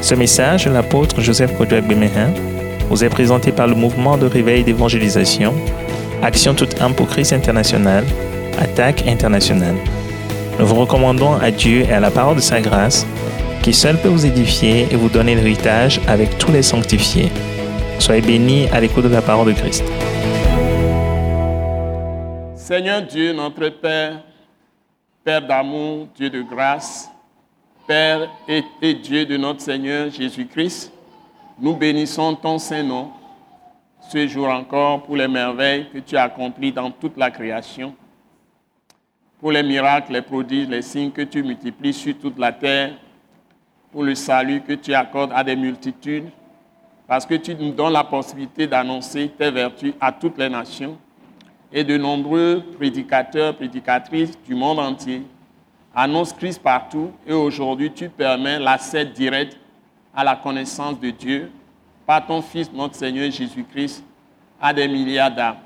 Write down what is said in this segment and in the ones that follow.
Ce message, l'apôtre Joseph Kodouak Bemehin, vous est présenté par le mouvement de réveil d'évangélisation, Action toute âme pour Christ international, Attaque internationale. Nous vous recommandons à Dieu et à la parole de sa grâce, qui seul peut vous édifier et vous donner l'héritage avec tous les sanctifiés. Soyez bénis à l'écoute de la parole de Christ. Seigneur Dieu, notre Père, Père d'amour, Dieu de grâce, Père et, et Dieu de notre Seigneur Jésus-Christ, nous bénissons ton Saint-Nom ce jour encore pour les merveilles que tu as accomplies dans toute la création, pour les miracles, les prodiges, les signes que tu multiplies sur toute la terre, pour le salut que tu accordes à des multitudes, parce que tu nous donnes la possibilité d'annoncer tes vertus à toutes les nations. Et de nombreux prédicateurs, prédicatrices du monde entier annonce Christ partout et aujourd'hui tu permets l'accès direct à la connaissance de Dieu par ton Fils, notre Seigneur Jésus-Christ, à des milliards d'âmes.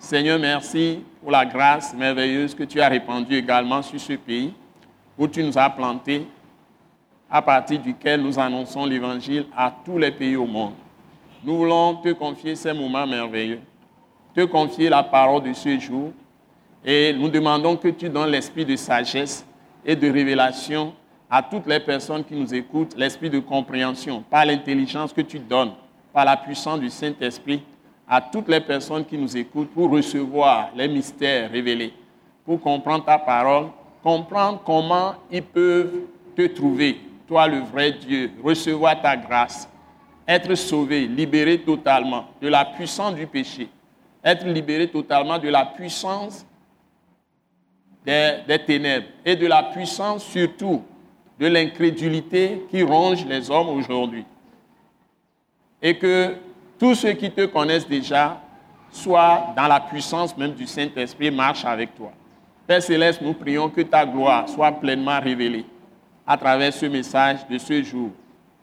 Seigneur, merci pour la grâce merveilleuse que tu as répandue également sur ce pays où tu nous as plantés, à partir duquel nous annonçons l'Évangile à tous les pays au monde. Nous voulons te confier ces moments merveilleux, te confier la parole de ce jour et nous demandons que tu donnes l'esprit de sagesse et de révélation à toutes les personnes qui nous écoutent, l'esprit de compréhension par l'intelligence que tu donnes, par la puissance du Saint-Esprit, à toutes les personnes qui nous écoutent pour recevoir les mystères révélés, pour comprendre ta parole, comprendre comment ils peuvent te trouver, toi le vrai Dieu, recevoir ta grâce, être sauvé, libéré totalement de la puissance du péché, être libéré totalement de la puissance des, des, ténèbres et de la puissance surtout de l'incrédulité qui ronge les hommes aujourd'hui. Et que tous ceux qui te connaissent déjà soient dans la puissance même du Saint-Esprit, marche avec toi. Père céleste, nous prions que ta gloire soit pleinement révélée à travers ce message de ce jour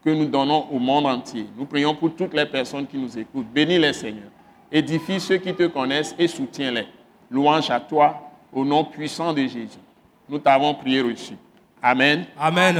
que nous donnons au monde entier. Nous prions pour toutes les personnes qui nous écoutent. Bénis les Seigneur. Édifie ceux qui te connaissent et soutiens-les. Louange à toi au nom puissant de Jésus. Nous t'avons prié reçu. Amen. Amen.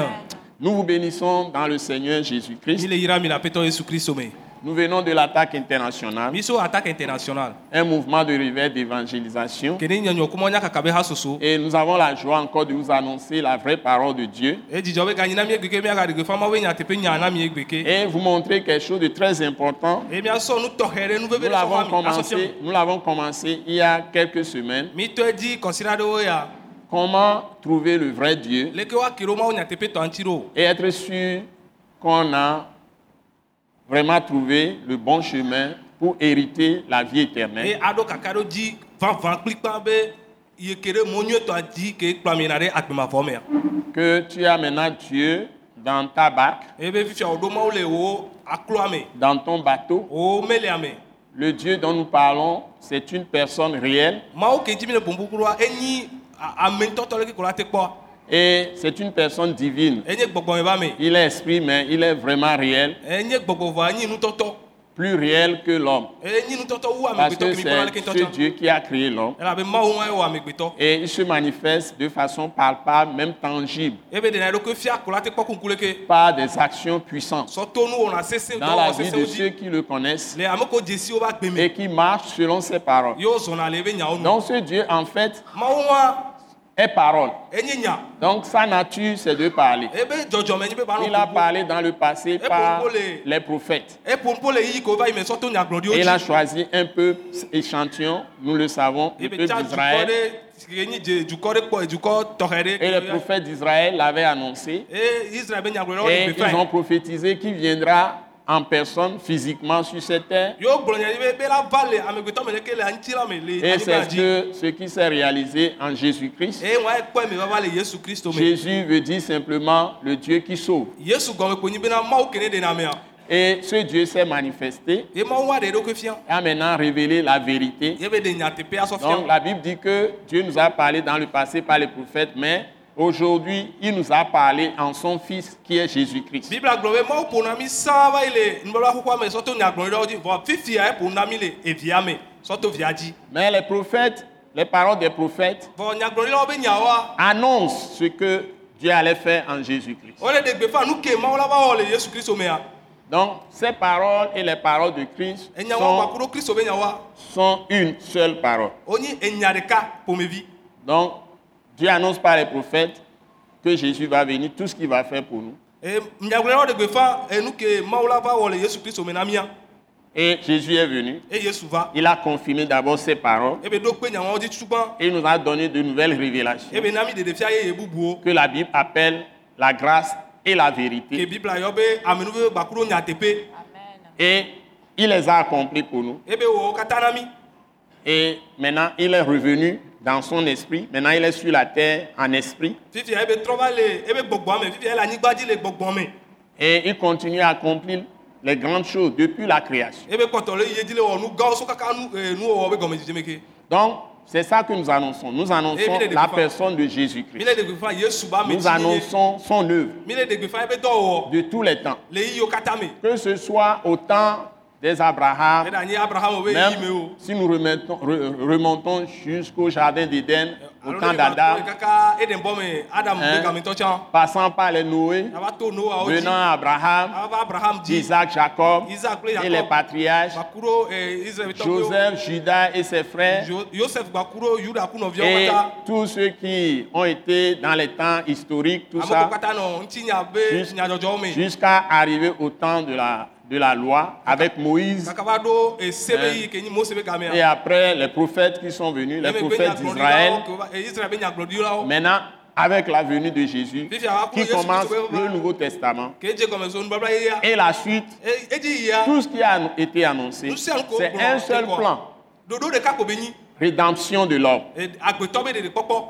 Nous vous bénissons dans le Seigneur Jésus-Christ. Ile yira mina peto Yesu Kristo me. Nous venons de l'attaque internationale, Miso attaque internationale. un mouvement de réveil d'évangélisation. Kene nyanyo kuma nya kakabe ha soso. Et nous avons la joie encore de vous annoncer la vraie parole de Dieu E jijo be ganyi na mi egbeke mi aga dege fama we nya tepe nya na mi egbeke. et vous montrer quelque chose de très important. E mi aso nu to here nu bebe Nous l'avons commencé, nous l'avons commencé il y a quelques semaines. Mi to di consider do ya. Comment trouver le vrai Dieu Leke wa kiro ma wo nya tepe to antiro. et être sûr qu'on a vraiment trouvé le bon chemin pour hériter la vie éternelle. E ado kakado di van van klikpa be ye kere mo nyo to di ke kpla mi na re akpema fo me. que tu as maintenant Dieu dans ta barque, E be fifi odo ma wo le wo aklo ame. dans ton bateau. O mele ame. Le Dieu dont nous parlons, c'est une personne réelle Mawo ke ti mi le bombukurua enyi e a- ame tɔtɔ le ke ko la te kpɔ. et c'est une personne divine. enye gbɔgbɔ mi ba mi Il est esprit, mais il est vraiment réel, enye gbɔgbɔ vɔ enyi nutɔtɔ plus réel que l'homme. enyi nutɔtɔ wu Parce amegbetɔ que kemi kpɔna leke c'est ce ntɔtɔ Dieu qui a créé l'homme. elabe mawu ŋa ye wɔ amegbetɔ Et il se manifeste de façon palpable, même tangible, ebe dena eɖokui fia kola te kpɔ kunkun leke par des actions puissantes sɔtonu wɔna sese dans la dɔwɔ vie sese de wo ceux dzi qui le connaissent le ame ko dzesi wo ba gbe mi et qui marchent selon ses paroles. yewo zɔna le ebe nyawo nu Donc ce Dieu, en fait, mawu ŋa est parole. enye nya Donc sa nature, c'est de parler. ebe dzɔdzɔme nyi be ba Il a nɔ parlé dans le passé par les prophètes. eponpo le yiyi ko va yi me sɔto nyagblɔdiwo Et il a dzi choisi un peu échantillon, nous le savons, le ebe peuple tsa dukɔ d'Israël. ɖe sike nyi dze dukɔ ɖe kpɔ dukɔ tɔxɛ Et les ɖe prophètes d'Israël l'avaient annoncé. e israel be nyagblɔdiwo Et le gbe fa ils ont yi prophétisé qu'il viendra en personne, physiquement sur cette terre. yewo gblɔ nya ɖi be be la va le amegbetɔ me leke le aŋuti la me le Et anyigba c'est dzi. ce, ce qui s'est réalisé en Jésus-Christ. eye ŋua ekpɔ mi vava le yesu kristo me Jésus veut dire simplement le Dieu qui sauve. yesu gɔme ko nyi bena mawu kene ɖena mea Et ce Dieu s'est manifesté ye mawu wa ɖe eɖokui fia et a maintenant révélé la vérité. ye be ɖe nya teƒe asɔ Donc fia la Bible dit que Dieu nous a parlé dans le passé par les prophètes, mais aujourd'hui, il nous a parlé en son Fils qui est Jésus-Christ. bibla gblɔ be mawu ƒona mi sãa va yi le nubabla xoxoa me sɔ to nyagblɔɖiɖɔ dzi vɔ fifia eƒona mi le evia me sɔ to via dzi Mais les prophètes, les paroles des prophètes vɔ nyagblɔɖiɖɔwo be nyawoa annoncent ce que Dieu allait faire en Jésus-Christ. o le de gbefa nu ke mawu la va wɔ le yesu kristu mea Donc, ces paroles et les paroles de Christ enya wa sont, kpaku ɖo kristu be nya wa sont une seule parole. wonye enya ɖeka ƒomevi Donc, Dieu annonce par les prophètes que Jésus va venir, tout ce qu'il va faire pour nous. Eh, nyagblɔɖilawo de gbefa eh, nu ke mawu la va wɔ le yesu kristu me na mía Et Jésus est venu. eye yesu va Il a confirmé d'abord ses paroles. ebe ɖo kpe nyawo dzi tutugbã Et il nous a donné de nouvelles révélations ebe na mí ɖeɖefia yeye bubuwo que la Bible appelle la grâce et la ke vérité. biblia yɔ be ame nu be gbaku ɖo nyateƒe Et il les a accomplies pour nous. ebe wɔ wo katã na mí Et maintenant, il est revenu dans son esprit. Maintenant, il est sur la terre en esprit. fifia ebe trɔ va le ebe gbɔgbɔa me fifia ele anyigba dzi le gbɔgbɔ me Et il continue à accomplir les grandes choses depuis la création. ebe kpɔtɔ le yiye dzi le wɔ nu gãwo so kaka nu eh, nuwɔwɔ be gɔmedzidzi me ke Donc, c'est ça que nous annonçons. Nous annonçons la personne de mí Jésus-Christ. le de gbefa yesu ba me Nous tsi mi ye annonçons son œuvre mí le de gbefa ebe dɔwɔwɔ de tous les temps. le yiyewo katã me Que ce soit au temps des Abraham, eɖe anyi abraham be yi me même o si nous remettons- re- remontons jusqu'au jardin d'Éden, au alo temps ne ma to ye d'Adam, kaka eɖe bɔ me adam Hein? be gametɔ tsã passant par les Noé, ava to noawo venant dzi à Abraham, ava abraham dzi Isaac, Jacob Ah, Isaac et et Jacob. les patriarches, gbaku ɖo eh, israelitɔ kple Joseph, Judas et ses frères, Jo- yosef gbaku ɖo yuda ku nɔviawo et katã tous ceux qui ont été dans les temps historiques, tout amewo ça, katã nɔ ŋutinya be Jus- nyadzɔdzɔwo me jusqu'à arriver au temps de la, de la loi avec Moïse kaka va ɖo ese be Hein? yi ke nyi eh, mose be gamea et après les prophètes qui sont venus, les Eme be prophètes d'Israël. nyagblɔɖilawo ke wova- eh, Israel oh, be nyagblɔɖilawo Maintenant, avec la venue de Jésus, Fifia, après qui Jésus, commence tu peux- le Nouveau Testament, ke edze gɔme so nubabla yeya et la suite, E- edzi yia tout ce qui a été annoncé, nu sia nu ko c'est un seul plan, ɖoɖo ɖeka ko be nyi rédemption de l'homme. Eh, agbetɔ be ɖeɖekpɔkpɔ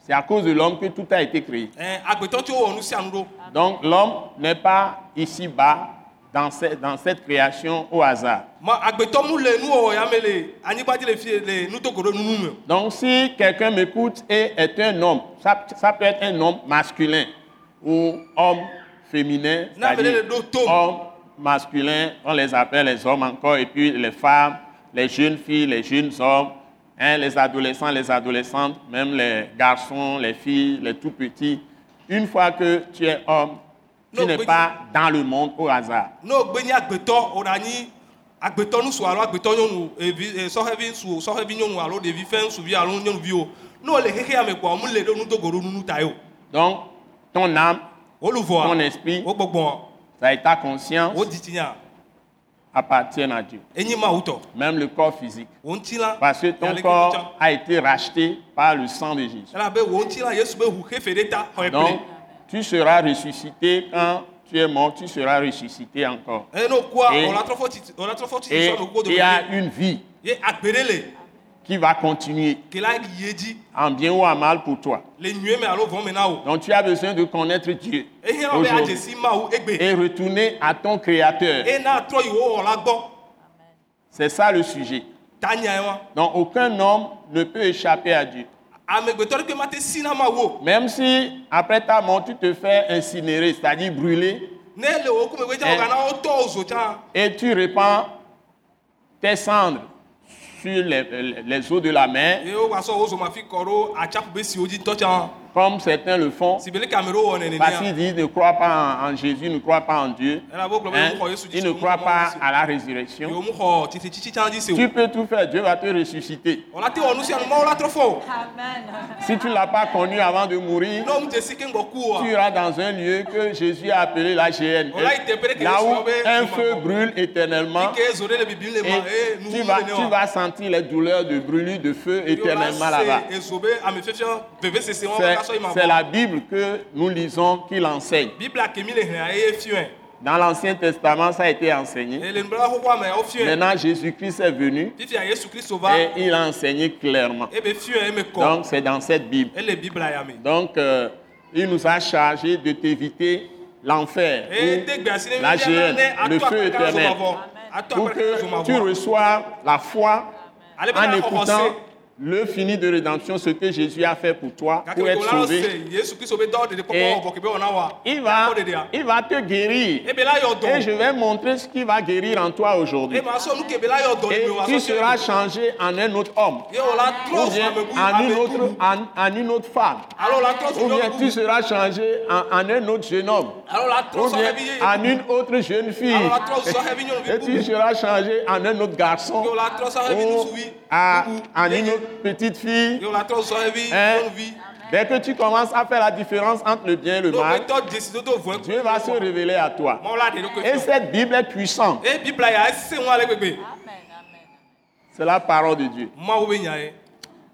C'est à cause de l'homme que tout a été créé. Eh, agbetɔ tí wowɔ nu sia nu ɖo Donc l'homme n'est pas ici-bas dans, ce- dans cette création au hasard. ma agbetɔ mu le nuwɔwɔ ya me le anyigba dzi le fie le nudogo ɖe nunu me o. Donc si quelqu'un m'écoute et est un homme, ça, ça peut être un homme masculin ou homme féminin, Non, mais c'est-à-dire le- le tome. homme masculin, on les appelle les hommes encore, et puis les femmes, les jeunes filles, les jeunes hommes, hein, les adolescents, les adolescentes, même les garçons, les filles, les tout petits. Une fois que tu es homme, tu Non, n'es mais- pas dans le monde au hasard. ne ogbe nye agbetɔ o ɖe anyi agbetɔ nusu alo agbetɔ nyɔnu evi eh, sɔhevi su o sɔhevi nyɔnu alo ɖevi fɛn suvi alo nyɔnuvi o ne wole xexea me kpɔ mu le ɖe nudogo ɖe nunu ta ye o Donc, ton âme, wolu ton vɔa esprit, wo gbɔgbɔ ça est ta conscience, wo didinya appartiennent à Dieu. enyi mawu tɔ Même le corps physique. wo ŋutila Parce que ton yale corps kekutsa. a été racheté par le sang de Jésus. elabe wo ŋutila yesu be ʋu xefe ɖe ta xɔe Donc, ple tu seras ressuscité quand tu es mort, tu seras ressuscité encore. eye ne okua Et- ɔlatrɔfɔ titi ɔlatrɔfɔ titi Et sɔ nugo do il y a ye une vie ye agbe ɖe le qui va continuer kela yie dzi en bien ou en mal pour toi. le nyuie me alo vɔ me na o Donc, tu as besoin de connaître Dieu ehia be adze aujourd'hui si mawu egbe et retourner à ton Créateur. eye na trɔ yi wo wɔla gbɔ C'est ça le sujet. ta nyae wa. Donc, aucun homme ne peut échapper à Dieu. amegbetɔ ɖe pe ma te si na ma wo Même si après ta mort, tu te fais incinérer, c'est-à-dire brûler, ne le wo kume gbedza Eh. wogana wo tɔ wo zo tsã et tu répands tes cendres sur les, les eaux de la mer, ye wo gasɔ wo zo ma fi kɔ ɖo atsaƒu be siwo dzi ŋutɔ tsã comme certains le font, si bele kame ɖo wɔ parce qu'ils nenenea disent ne croient pas en, en Jésus, ne croient pas en Dieu. ela bo gblɔ hein. be mu xɔ yesu dzi Ils tso ne nu croient mɔ pas ŋuti. à la yewo résurrection. mu xɔ tititsitsi tsã dzi se Tu o peux tout faire, Dieu va te ressusciter. ɔla te wɔ nu sia nu mawo la trɔ fɔ o Si tu ne l'as pas connu avant de mourir, ne wo mu dze si ke ŋgɔ ku tu oa iras dans un lieu que Jésus a appelé la GN, On l'a interpellé que là Jésus où avait- un feu brûle éternellement. ke zo ɖe le bibim le ma eh, Et eye tu nuhu vas, le ne tu wa vas sentir les douleurs de brûlure de feu Ye wo la éternellement là-bas. se ezo be ame fiafia vevesese wɔn C'est- wɔ gasɔ yi ma C'est bɔ la Bible que nous lisons, qu'il enseigne. bibla kemi le hɛn eye fiɔɛ Dans l'Ancien Testament, ça a été enseigné. eye le nubala xoxoa me wo fiɔɛ Maintenant, Jésus-Christ est venu fifia yesu kristu va et il a enseigné clairement. ebe fiɔɛ eme kɔ Donc, c'est dans cette Bible. ele bibla ya me. Donc, euh, il nous a chargé de t'éviter l'enfer Eh, ou degbe asi ne la mi biara gêne, ne, ato le feu akpaka zo ma éternel. vɔ. Ato Pour akpaka zo ma que tu vɔ. reçoives la foi Ale be en na xɔxɔ écoutant se, le fini de rédemption, ce que Jésus a fait pour toi, gake pour être wòla sauvé. se yesu kristu be dɔ ɖeɖe kpɔkpɔ Et- wɔbɔ kebe wɔna wa Il va, kpɔ ɖeɖea il va te guérir. ebe la yɔ Et je dɔn vais montrer ce qui va guérir en toi aujourd'hui. ema sɔ nu kebe la yɔ dɔn Et ebe wa tu sɔ seras changé en un autre homme. ye wòla Ou bien trɔ en suamebu une amebu autre, en, en une autre femme. alo la trɔ Ou bien tu suamebu seras changé en, en un autre jeune homme. alo la trɔ Ou bien sɔhebi ye en une autre jeune fille. alo la trɔ sɔhebi Et nyɔnuvi tu bubu seras changé en un autre garçon. ye wòla trɔ sɔhebi Ou nusuvi à- en bubu une yeye autre petite fille. ye wòla trɔ sɔhebi Hein? nyɔnuvi Dès que tu commences à faire la différence entre le bien et le n'o mal, bɛ tɔ jesi dodo vɔɛ Dieu va se révéler à toi. mɔla de ɖo koe Et fɛ cette Bible est puissante. e bibla ya ese ŋu ale gbegbe C'est la parole de Dieu. mawo be nya ye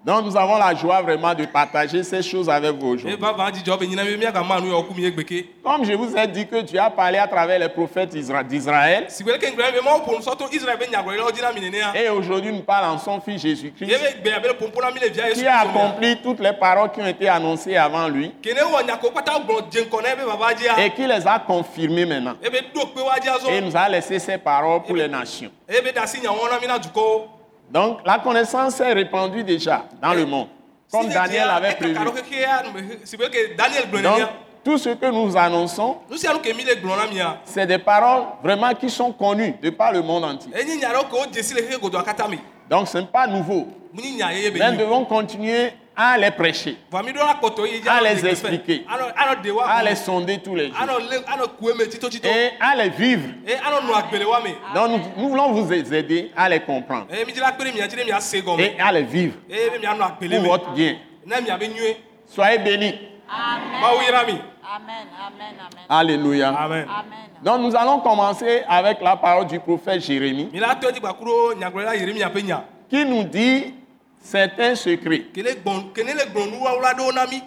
Donc nous avons la joie vraiment de partager ces choses avec vous e aujourd'hui. vavã dzidzɔ be nyina mi miaga ma nu yɔ ɔku mi ye gbeke Comme je vous ai dit que Dieu a parlé à travers les prophètes d'Isra- d'Israël, sigbe ke ŋgbe be mawo ƒonu sɔ to israel be nyagblɔɖilawo dzi na mi nenea et aujourd'hui nous parlons en son Fils ye Jésus-Christ, be gbe abe le ƒonƒon na mi le via yesu qui a Kristu mea. accompli toutes les paroles qui ont été annoncées avant lui, ke ne wɔ nyako kpata gblɔ dze ŋkɔ na ebe vava dzia et qui les a confirmées maintenant. ebe ɖo kpe wa dzia Et zɔ il nous a laissé ces paroles pour les nations. ebe da asi nyawɔ na mi na dukɔwo Donc la connaissance s'est répandue déjà dans le monde, comme Si Daniel dzea, avait prévu. ekaka ɖo xexea nu me he- sigbe ke daniel gblɔ Donc nenia tout ce que nous annonçons, nu sia nu ke mi le gblɔ na mia c'est des paroles vraiment qui sont connues de par le monde entier. enye nya ɖewo ke wo dzesi le xexe godoa katã me Donc ce n'est pas nouveau. mu nyi nya yeye be Mais nous nyi o. devons continuer à les prêcher, Vɔa mi ɖo la kpɔtɔ ye dzi À anɔ les ɖe gbe fɛ. expliquer. Anɔ- anɔ ɖe wa à les gblɔ. sonder tous les jours Anɔ lé- anɔ ku eme tsitotsito et à les vivre. eye anɔ nɔ Eh, agbele wa me Donc nous, nous voulons vous aider à les comprendre eye mi dzi la kpe ɖe mia dzi ɖe mia se Eh, gɔme et à les vivre eye be mia nɔ agbele pour me votre bien. ne mia be nyuie Soyez bénis. mawu yra mi Amen, amen, amen. Alléluia. amen. Amen. Donc nous allons commencer avec la parole du prophète Jérémie mi la tɔ edzi kpaku ɖo nyagblɔɖila yeremia ƒe nya qui nous dit certains secrets. ke ne gbɔn ke ne le gblɔ nuwawu la ɖo na mi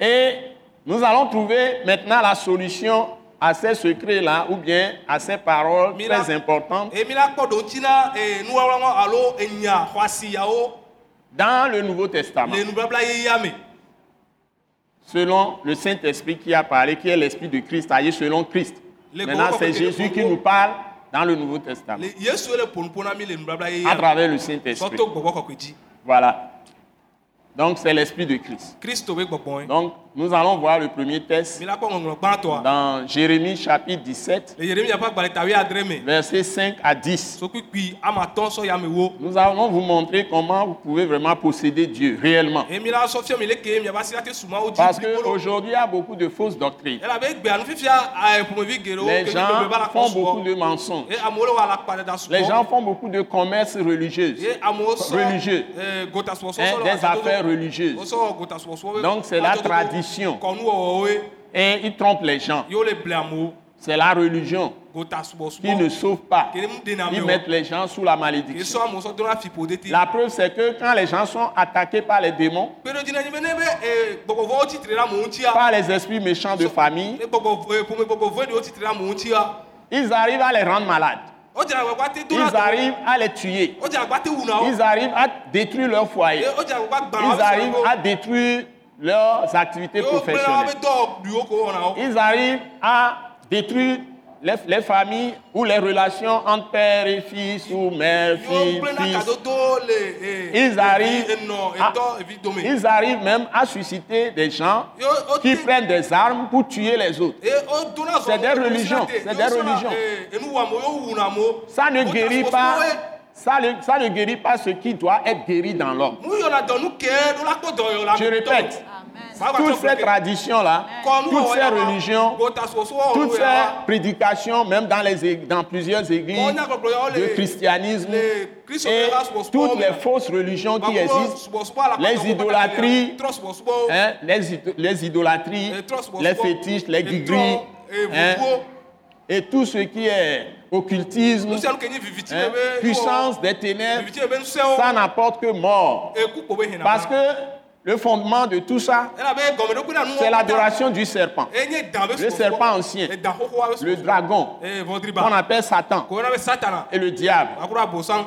Et nous allons trouver maintenant la solution à ces secrets-là ou bien à ces paroles Mira. très importantes eye Eh, mi la kpɔ ɖo ŋuti na eh, nuwawu la ŋɔ alo enya xɔasi yawo dans le Nouveau Testament. le nubabla yeyea me selon le Saint-Esprit qui a parlé, qui est l'Esprit de Christ, c'est-à-dire selon Christ. Les Maintenant, gros c'est cocotiers de Jésus qui Congo. nous parle dans le Nouveau Testament, le yesu e le ƒonuƒo na mi le nubabla à yeyea me travers le sɔ Saint-Esprit. to gbɔgbɔ kɔkɔe dzi Voilà. Donc, c'est l'Esprit de Christ. kristo be gbɔgbɔe Donc, nous allons voir le premier test mi la kpɔ ŋɔŋlɔ gbãtɔa dans Jérémie chapitre 17, le yeremia ƒe agbalẽ tawui adre me versets 5 à 10. sokpikpi ame atɔ sɔ yamewo Nous allons vous montrer comment vous pouvez vraiment posséder Dieu réellement. eye mi la sɔ fia mi le ke miaba si la te sumawo Parce dzi qu'aujourd'hui, il y a beaucoup de fausses doctrines. elabe gbea nu fifia ae ƒomevi geɖewo Les ke mi gens le be la font kpɔ beaucoup subɔ de mensonges. eye amewo le wɔ alakpadada subɔ Les gens font beaucoup de commerces religieux. ye amewo sɔ Religieux. eh, gotasubɔsɔ Hein, sɔ le des wɔ affaires dodo. religieuses. Wosɔ gotasubɔsɔ be- Donc, c'est la wɔ dodo. tradition. kɔnuwɔwɔwoe Et ils trompent les gens. yewo le ble amewo C'est la religion qui ne gotasubɔsubɔ sauve pas. ke ne mu dena Ils amewo mettent les gens sous la ke malédiction. sɔ amewo sɔ dona fipo de te La preuve, c'est que quand les gens sont attaqués par les démons, kpeɖodzi na nyi be ne be eh, gbɔgbɔvɔwo tsitre ɖe amewo ŋutia par les esprits méchants de famille, ne gbɔgbɔ eh, ƒome gbɔgbɔvɔe ɖewo tsitre ɖe amewo ŋutia ils arrivent à les rendre malades. wodzra agbagba te Ils dona arrivent à les tuer. wodzra agbagba te wuna wo Ils arrivent à détruire leur foyer. ye wodzra agbagba gbãna wo Ils be sɔrɔ arrivent wo à détruire leurs activités ye wo gblẽ na wo be professionnelles. dɔ ɖuiwo ko wɔna wo Ils arrivent à détruire les, les familles ou les relations entre père et fils ou mère, ye wo fille, gblẽ na fils. kadodo le eh, Ils evi- arrivent enɔ à- etɔ evi dome ye Ils arrivent même à susciter des gens wo qui te prennent des armes pour tuer les autres. ye wo dona zɔ C'est des wo- wo religions, sina te, c'est ye des wo sɔna, religions. eh, enu wɔ amewo ye wo wuna amewo Ça ne Wo ta guérit sɔsɔ pas. wo ye. Ça ne, ça ne guérit pas ce qui doit être guéri dans l'homme. mu yɔna dɔ nu kɛ ɖo la kpɔ dɔ yɔ la Je répète, toutes ces traditions-là, toutes ces religions, toutes ces prédications, même dans, les, ég- dans plusieurs églises de christianisme, et toutes les fausses religions qui existent, les idolâtries, hein, les, ido- les idolâtries, eh, les fétiches, les guigris, hein, et tout ce qui est occultisme, hein, puissance des ténèbres, Ben ça n'apporte que mort. Parce que le fondement de tout ça, c'est l'adoration du serpent, Le serpent ancien, le dragon, qu'on appelle Satan, satana et le diable. akura bosan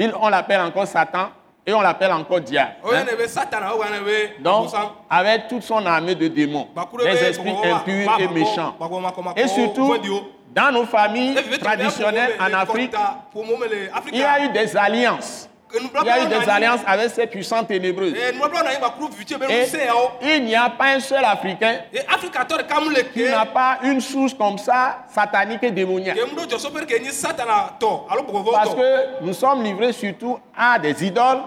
Il- on l'appelle encore Satan et on l'appelle encore diable. hein. oya ne bɛ satana oh, oya ne bɛ Donc, bosan avec toute son armée de démons, bakuru des bɛ esprits bɔbɔwa, impurs ba- et bakɔ- méchants. bakɔmakɔmakɔ, Et surtout, fɛn di o. dans nos familles Et puis, tu mets un traditionnelles en poumon, le- le Afrique, kɔta, poumon, le- il y a Africa. eu des alliances Il y a eu des alliances avec ces puissances ténébreuses. Eh, ben Et oh. il n'y a pas un seul Africain qui Eh. n'a pas une source comme ça, satanique et démoniaque. oh, Parce que nous sommes livrés surtout à des idoles,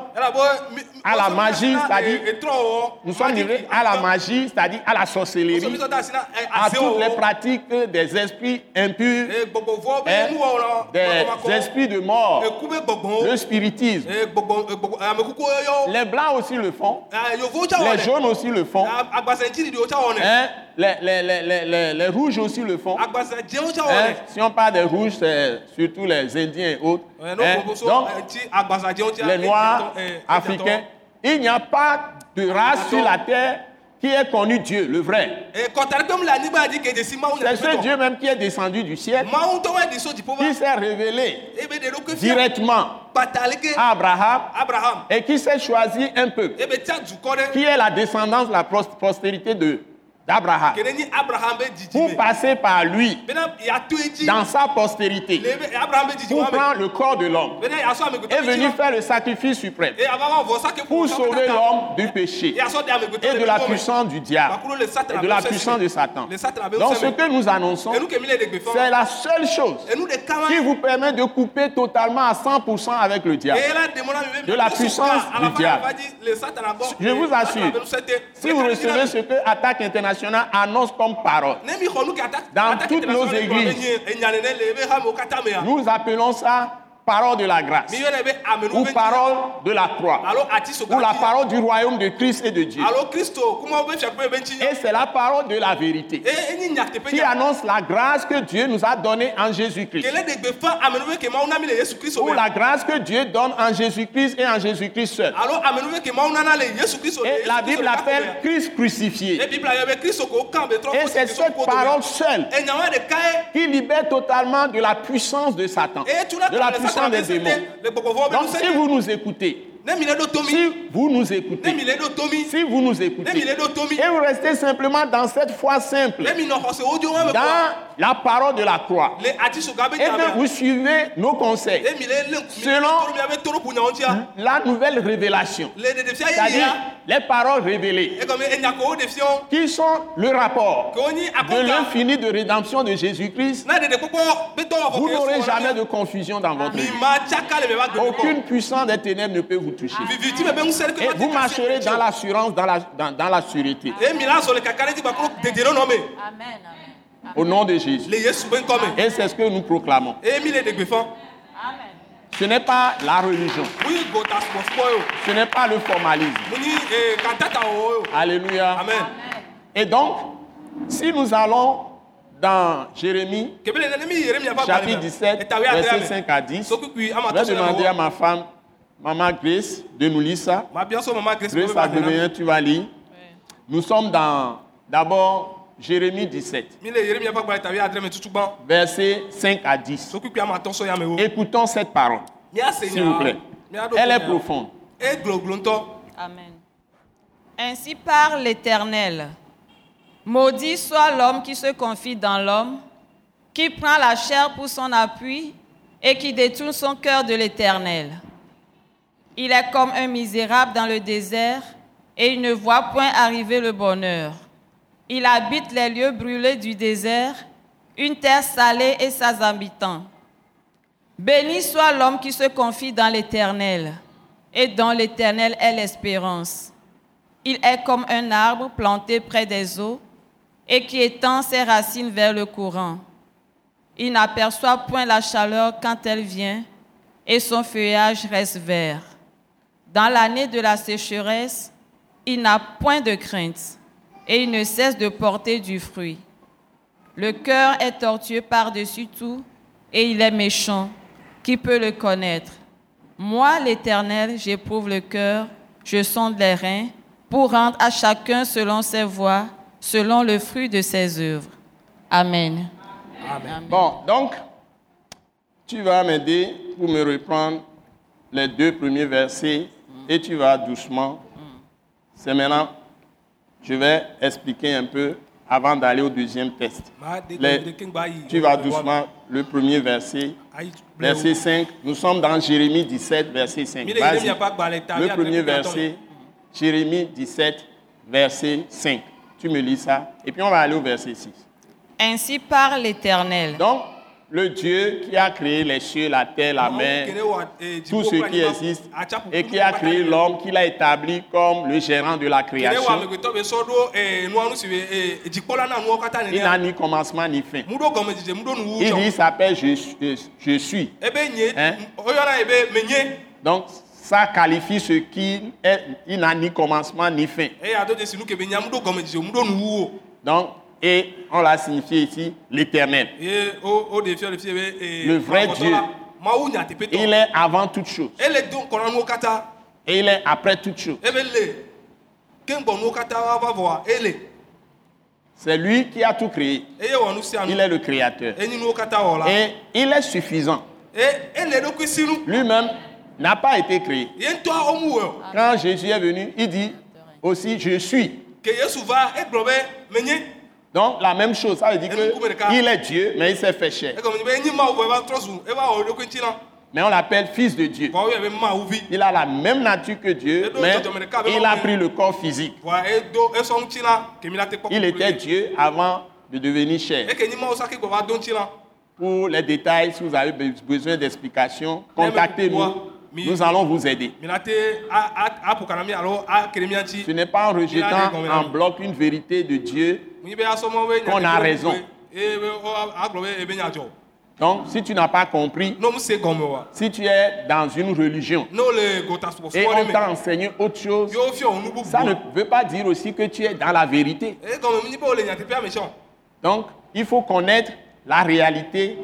à la magie, c'est-à-dire oh. nous Ah, sommes livrés à la magie, c'est-à-dire à la sorcellerie, Eh, à toutes les pratiques des esprits impurs, Eh, hein, des esprits de mort, Eh, le spiritisme. eh, Les blancs aussi le font, les jaunes aussi le Eh, font, Ah hein, les, les- les- les- les- les rouges aussi le font. hein. Si on parle des rouges, c'est surtout les Indiens et autres. Eh, hein. Donc, euh, les Noirs, Africains, il n'y a pas de race sur la terre qui ait connu Dieu, le vrai. Eh, C'est ce Dieu même qui est descendu du ciel, qui s'est révélé Eh ben, directement à Abraham Abraham. Eh ben, et qui s'est choisi un peuple, ebe tia dukɔ ɖe qui est la descendance, la pros- postérité de- d'Abraham, kele nyi abraham be pour dzidzime passer par lui bena yato edzi dans sa le postérité, ebe abraham be pour dzidzime prendre le corps de l'homme bena yasɔ amegbetɔ et ɖe dzi venir faire le sacrifice suprême e ava ma vɔ sake pour sauver l'homme du péché yasɔ de amegbetɔ et de la puissance du diable bakuro le satan et de la puissance de Satan. le satan abe Donc ce ŋusẽ me. que nous annonçons, enu kemi le ɖe gbe c'est fɔ la seule chose enu ɖeka ma qui vous permet de couper totalement à 100% avec le diable. eya la demɔ na mi be de la mi puissance sɔka, du alafa diable. va dzi le satan abɔ Je vous assure, Si vous recevez ce que Attaque Internationale annonce comme parole, ne mi xɔ nu ke ata Dans attaque toutes nos internationale gblɔ be églises. nye enyane ne le ebe hame wo katã mea nous appelons ça parole de la grâce mi yɔ ne be amenu ou be parole de la croix alo ati sogo ou la parole du royaume de Christ et de Dieu. alo kristo kumawo be fiakuƒe be ŋtsi Et c'est la parole de la vérité e enyi nyateƒe qui nya annonce la grâce que Dieu nous a donnée en Jésus-Christ kele de gbeƒã amenuvɛ ke mawu na mi le yesu kristo ou me la grâce que Dieu donne en Jésus-Christ et en Jésus-Christ seul. alo amenuvɛ ke mawu nana le yesu kristo Et la Bible l'appelle Christ e crucifié. bibla yɔ be kristo ko kan be trɔ Et c'est cette parole seule enyawo ɖeka ye qui libère totalement de la puissance de Satan, eye tu na de la puissance des démons. le gbɔgbɔvɔ be Donc ŋusẽ si te vous nous écoutez, ne mi le ɖo to mi si vous nous ne écoutez, mi le ɖo to mi si vous nous ne mi écoutez, le ɖo to mi et vous restez simplement dans cette foi simple, ne mi nɔ xɔse wodzo wɔme kɔ dans la parole de la croix, le ati sogo abe et que nya me vous suivez nos conseils, ne mi le lé ŋkume Selon- toro mi abe toro ƒo nyawo ŋutia la nouvelle révélation, le ɖeɖefia ye c'est-à-dire yia les paroles révélées, egɔme enya ko wo ɖefiawo qui sont le rapport ke de wonyi akɔta l'infini de rédemption de Jésus-Christ, na ɖeɖekpɔkpɔ be dɔwɔvɔ vous ke Yesu n'aurez wɔ na mi. jamais de confusion dans votre Mi vie. ma tsaka le beba gbemi kɔ. Aucune puissance des ténèbres ne peut vous toucher. Viviti bebe ŋusẽ ɖe ke Et ma te vous ka se marcherez ɖe dans ŋu. l'assurance, dans la, dans, dans la sûreté. Ye mi la zɔ le kaka ɖe dzi gbakolo dede ɖe nɔ me. Amen. Amen. Au nom de Jésus. Le Yesu ben Eh, be ŋkɔ me. Et c'est ce que nous proclamons. Ye mi le ɖegbe fɔ. Amen. Ce n'est pas la religion. Mu yi gota sukɔsukɔ yo. Ce n'est pas le formalisme. Mu yi ee katata wɔwɔ yo. Alléluia. oh, Amen. Amen. Et donc, si nous allons dans Jérémie, Kebele ne ne mi yɛrɛ mi yaba chapitre 17, verset 5 à 10, Sokukui ama je vais tɔ sɛlɛ demander à wɔ. ma femme, Maman Grace, de nous lire ça. oh. Ma bia so mama Grace Grace Bobe ba gbena. Agbemeyen, tu vas lire. Nous sommes dans, d'abord, Jérémie 17, Mi le yɛrɛ mi yaba gba etawe adrɛ me tutugbã. verset 5 à 10. Sokukui ama tɔ sɔ yame wo. Écoutons cette parole. Mia se Eh, S'il vous plaît. Elle est profonde. E gloglo ŋutɔ. Amen. Ainsi parle l'Éternel. Maudit soit l'homme qui se confie dans l'homme, qui prend la chair pour son appui et qui détourne son cœur de l'Éternel. Il est comme un misérable dans le désert et il ne voit point arriver le bonheur. Il habite les lieux brûlés du désert, une terre salée et ses habitants. Béni soit l'homme qui se confie dans l'Éternel et dont l'Éternel est l'espérance. Il est comme un arbre planté près des eaux et qui étend ses racines vers le courant. Il n'aperçoit point la chaleur quand elle vient et son feuillage reste vert. Dans l'année de la sécheresse, il n'a point de crainte et il ne cesse de porter du fruit. Le cœur est tortueux par-dessus tout, et il est méchant. Qui peut le connaître Moi, l'Éternel, j'éprouve le cœur, je sonde les reins, hein, pour rendre à chacun selon ses voies, selon le fruit de ses œuvres. Amen. Bon, donc, tu vas m'aider pour me reprendre les deux premiers versets et tu vas doucement. C'est maintenant, je vais expliquer un peu avant d'aller au deuxième test. Les- Tu vas doucement, le premier verset, verset 5. Nous sommes dans Jérémie 17, verset 5. Vas-y. Le premier verset, Jérémie 17, verset 5. Tu me lis ça. Et puis on va aller au verset 6. Ainsi parle l'Éternel, Donc, le Dieu qui a créé les cieux, la terre, la mer, eh, tout ce qui existe, Ah, et qui a créé l'homme, qui l'a établi comme le gérant de la création, eh, il n'a ni commencement ni fin. Il dit, il s'appelle je, Je- Je suis. Hein? Donc, ça qualifie ce qui est, il n'a ni commencement ni fin. Donc, et on l'a signifié ici, l'éternel. Le vrai Dieu. Il est avant toute chose. ele do nkɔla nuwo katã Et il est après toute chose. ebe le keŋgbɔ nuwo katã woava vɔa ele C'est lui qui a tout créé. eye wɔ nu sia nu Il est le créateur. enyi nuwo katã wɔ la Et il est suffisant. e ele ɖokui si nu Lui-même n'a pas été créé. ye ŋutɔ womu wɔ o Quand Jésus est venu, il dit aussi, je suis. ke yesu va egblɔ be menye Donc, la même chose, ça veut dire qu'il est Dieu, mais il s'est fait chair. egɔme nyi be enyi mawu vɔ eva trɔ zu eva wɔ eɖokui ŋuti na Mais on l'appelle fils de Dieu. vɔ woyɔ be mawu vi Il a la même nature que Dieu, mais il a pris le corps physique. vɔa edo esɔ ŋuti na kemi la te kpɔ Il kuklu était ye. Dieu avant de devenir chair. eke nyi mawu sake gbɔ va do ŋuti na Pour les détails, si vous avez be- besoin d'explications, contactez-nous. Nous allons vous aider. mina te a- a- aƒo kana mi alo akele mia ŋuti Ce n'est pas en rejetant en bloc une vérité de Dieu. munyi be asɔmɔ be qu'on a nya- raison. eye be wo- agblɔ e be ebe nya dzɔ o. Donc, si tu n'as pas compris, ne muse gɔme wa si tu es dans une religion ne wole gota subɔsubɔ et on ɖe t'a me enseigné autre chose, yewo fiɔ wo nu bubu ça ne veut pas dire aussi que tu es dans la vérité. eye gɔme mi E be wole nyateƒea me tsɔ Donc, il faut connaître la réalité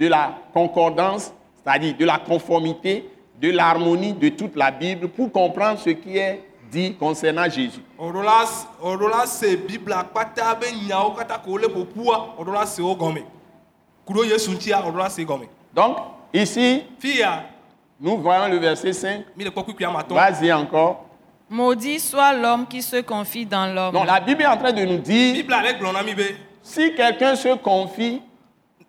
de la concordance, c'est-à-dire de la conformité, de l'harmonie de toute la Bible pour comprendre ce qui est dit concernant Jésus. ɔɖo la ɔɖo la se bibla kpata be nyawo katã ko wole ƒoƒua ɔɖo la se wo gɔme ku ɖo yesu ŋutia ɔɖo la se gɔme Donc, ici, fia nous voyons le verset 5. mi le kpɔ kpikpi amatɔ Vas-y encore. maudit soit l'homme qui se confie dans Non, l'homme. la Bible est en train de nous dire, bibla le gblɔ na mi be si quelqu'un se confie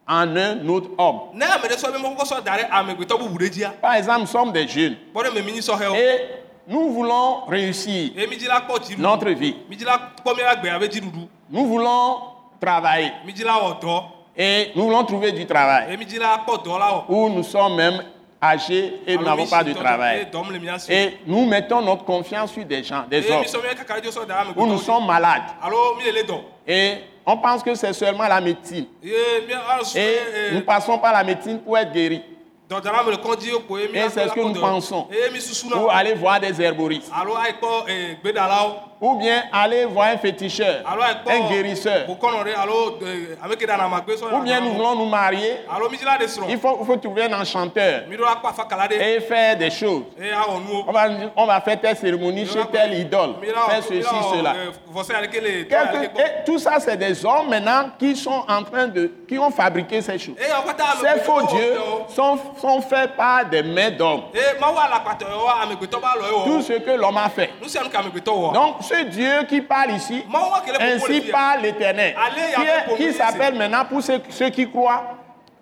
en un autre homme, ne ame ɖe sɔ be mekɔkɔ sɔ da ɖe amegbetɔ bubu ɖe dzia par exemple, nous sommes des jeunes kpɔ ɖe me mi nyi sɔhɛwo et nous voulons réussir eye mi dzi la kpɔ dziɖuɖu notre vie. mi dzi la kpɔ mi la gbea be dziɖuɖu Nous voulons travailler mi dzi la wɔ dɔ et nous voulons trouver du travail. eye mi dzi la kpɔ dɔ la wɔ où nous sommes même âgés et nous Alo n'avons mi pas si de tɔ- eye travail. Eh, dɔm le mia si o. Et nous mettons notre confiance sur des gens, des eye hommes, mi sɔ mi kaka ɖe dzo sɔ da ame où nous gbetɔ sommes malades. alo mi le le dɔ Et on pense que c'est seulement la médecine. ye mi a su eh, Et nous ee passons par la médecine pour être guéris, dɔdara mi le kɔn dzi ko ye mi Et Eh, c'est ce que nous pensons. eye mi susu ou na aller voir des herboristes, alo ayi kpɔ ee gbedalawo ou bien aller voir un féticheur, alo ayi kpɔ un guérisseur. bokɔnɔ ɖe alo ee ame ke dana ma gbe sɔ Ou bien nous voulons nous marier, alo mi dzi la de il srɔ̀ faut, il faut trouver un enchanteur mi ɖo la kpɔ afakala ɖe et faire des choses. eye awɔ nuwo On va, nous dire, on va faire telle cérémonie Mi chez ɖo la telle kpɔ- idole, mi ɖo la- faire mi ceci, ɖo la- cela. ee, vɔsɛ aleke le tɔ aleke Quelque- kpɔ et tout ça, c'est des hommes maintenant qui sont en train de, qui ont fabriqué ces choses. eye awo katã Ces amegbetɔ faux wɔ dieux wɔ sont, sont faits par des mains d'hommes. eye mawu alakpatɔ oh, yɔ ah, wa amegbetɔ ba lɔ Tout yɔ ce que l'homme a fait. nu sia nu ka amegbetɔ wɔ Donc, ce Dieu qui parle ici, mawu wa kele kpɔkpɔ le ainsi fi ya. parle l'Éternel, qui est- qui, s'appelle maintenant pour ceux, ceux qui croient,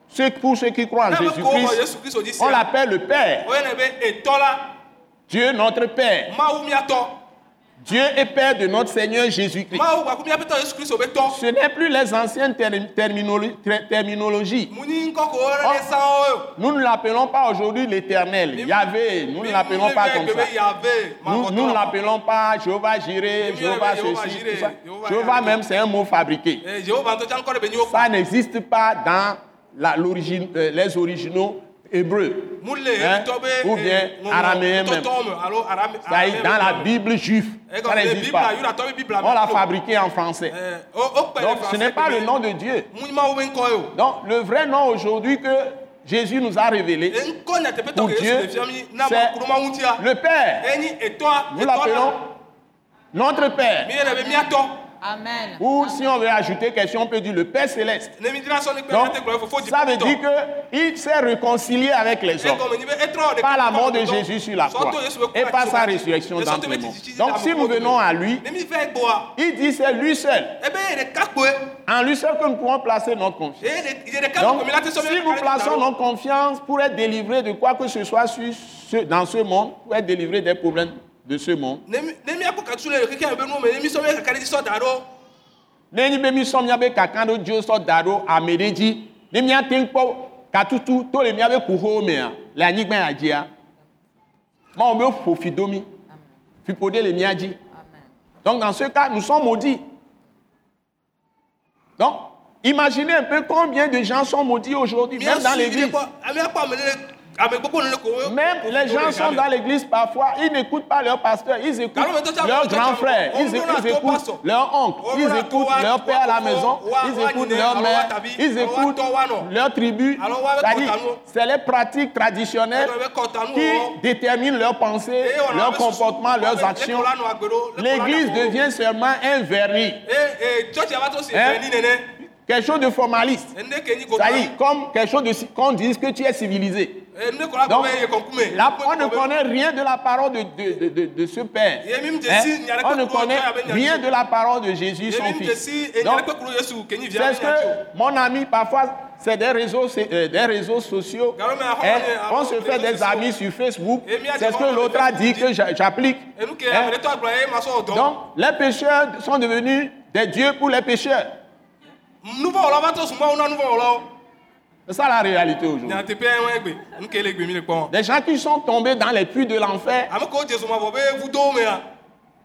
ceux, pour ceux qui croient en Ne be ko wɔ Eh, Jésus-Christ, Oh, Yesu Kristo dzi on sia. l'appelle le Père, Oye ne be eh, etɔ la, Dieu notre Père. mawu miatɔ. Dieu est Père de notre Seigneur Jésus-Christ. Mawu gbaku miaƒetɔ Yesu oh, Kristo be tɔ. Ce n'est plus les anciennes ter- terminolo- ter- terminologies. Munyi ŋkɔ ko wo Oh. ne sãwo yo. Nous ne l'appelons pas aujourd'hui l'éternel, Yahvé, nous ne l'appelons pas comme ça. Nous nous ne l'appelons pas Jéhovah Jiré, Jéhovah ceci, tout ça. Jéhovah même, c'est un mot fabriqué. Jehova ŋutɔ tsã ŋkɔ ɖe be nyiwo kpɔ. Ça n'existe pas dans la- l'origine- euh, les originaux hébreux, Mu le hein, ŋutɔ be ou bien araméen même. tɔtɔ me alo arame. C'est-à-dire dans la Bible juive. Eh, Ça n'existe pas. Yudatɔ be Biblia me. On l'a fabriqué en français. Eh, O o kpɛ Donc le ce n'est français pas be le nom de Dieu. Munyi mawu ben be ŋkɔ yo. Donc le vrai nom aujourd'hui que Jésus nous a révélé, E ŋkɔ nyateƒetɔ Pour ke Dieu, Yesu le fia mi na c'est makuruma ŋutia. le Père, Enyi etɔa. nous etɔ la. l'appelons notre Père. Mi yɛrɛ be miatɔ. Amen. Ou si on veut ajouter quelque chose, on peut dire le Père Céleste. Ne mi dira sɔnni pé Donc, ɛtɛ gblɔ fofo di ça veut pitɔ. dire qu'il s'est réconcilié avec les E hommes gɔme nyi be etrɔ de par la mort de pitɔ. Jésus sur la Sɔtɔ croix Yesu be ku et na par tso sa na tsi. résurrection Yesu dans te le be monde. tsitsi da Donc me si ko nous do. venons à lui, Ne mi Eh vɛ gbɔa il dit c'est lui seul. ebe ye ɖeka koe. En lui seul que nous pouvons placer notre confiance. Ye ɖe- ye ɖeka Donc, ko mi la te sɔn si nous plaçons notre confiance pour être délivrés de quoi que ce soit sur ce- dans ce monde, pour être délivrés des problèmes de ce monde, Ne mi ne mi akpɔ katsu le keke be nu me ne mi sɔn be kaka ɖe dzi sɔ da ɖo. nenyi be misɔ miabe kaka ɖo dzo sɔ da ɖo ame ɖe dzi ne miate ŋu kpɔ katutu to le miabe kuxowo mea le anyigba ya dzia mawo be ƒo fi do mi fiƒo ɖe le mia dzi donc dans ce cas nous sommes maudits donc imaginez un peu combien de gens sont maudits aujourd'hui Mía même dans si ɖe l'église kpɔ- ami akpɔ ame ɖe le- Ah, ame gbogbo ɖe le ko. même les ko- ko- gens ko- sont dans l'église parfois ils n'écoutent pas leur pasteur ils écoutent Calme, toi, tu as leur mon- toi, grand tu as frère mon- ils on écoutent, prend ils la écoutent tour, leur oncle on ils prend la écoutent tour, leur on père à la prend la maison tour, on ils prend la écoutent tour, leur on mère prend la tour, ils on prend la écoutent tour, on leur tribu Alors, on va avec C'est-à-dire, Cotanou. c'est les pratiques traditionnelles On va avec Cotanou, on- qui déterminent leurs pensées Eye wɔ na leurs be susu. comportements Ebe leurs le actions kola nɔ agbe ɖo, le kola nɔ l'église agbo ɖo. devient seulement un vernis E e tsɔtsi ava to si Hein? fɛ ni nene. quelque chose de formaliste Enu ɖe ke nyi kota. c'est-à-dire comme quelque chose de qu'on dise que tu es civilisé Enu ɖe kola Donc, gɔme ye kɔnkume. Là, on ne connaît rien de la parole de, de, de, de, de ce Père. Il y a même des Hein? signes, il y a des On ne coups de connaît poing avec rien Yassou. de la parole de Jésus, Ye son mi mi Fils. dzesi enya ɖe Donc, kpe kuru Yesu ke nyi via c'est mi ce nya tso. que mon ami, parfois, c'est des réseaux, c'est, euh, des réseaux sociaux. Garo, mais Hein? avant, on est- avant, On se les fait réseaux des sociaux. amis sur Facebook. Et bien, C'est ce avant, que on l'autre le fait a dit pour que j'a- j'applique. Enu ke Hein? ame ɖe tɔ agblɔ ye ma sɔ Donc, dɔn. les pécheurs sont devenus des dieux pour les pécheurs. Nuvɔwɔla va to sumawo na nuvɔwɔlawo. C'est ça la réalité aujourd'hui. Nya teƒea wɔn egbe. Nu ke le egbe mi le kpɔm. Des gens qui sont tombés dans les puits de l'enfer, Ame kewo dzesu ma vɔ be vudowo hein. mea.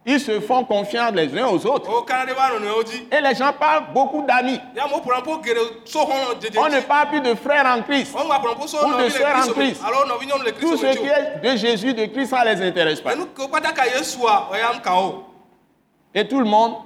ils se font confiance les uns aux autres. Wo kana ɖe va nɔ nɔewo dzi. Et les gens parlent beaucoup d'amis. Ya mo pɔnpɔ geɖe so hɔn dzedze On ne dzi. parle plus de frères en Christ. Wɔn gba pɔnpɔ so Ou de nɔvi le sœurs en kristu me. Christ. Alo nɔvi nyɔnu Oh, le Tout kristu ce me qui tso. est de Jésus, de Christ, ça ne les intéresse pas. Enu kewo kpata ka Yesua ɔya ŋkawo. Et tout le monde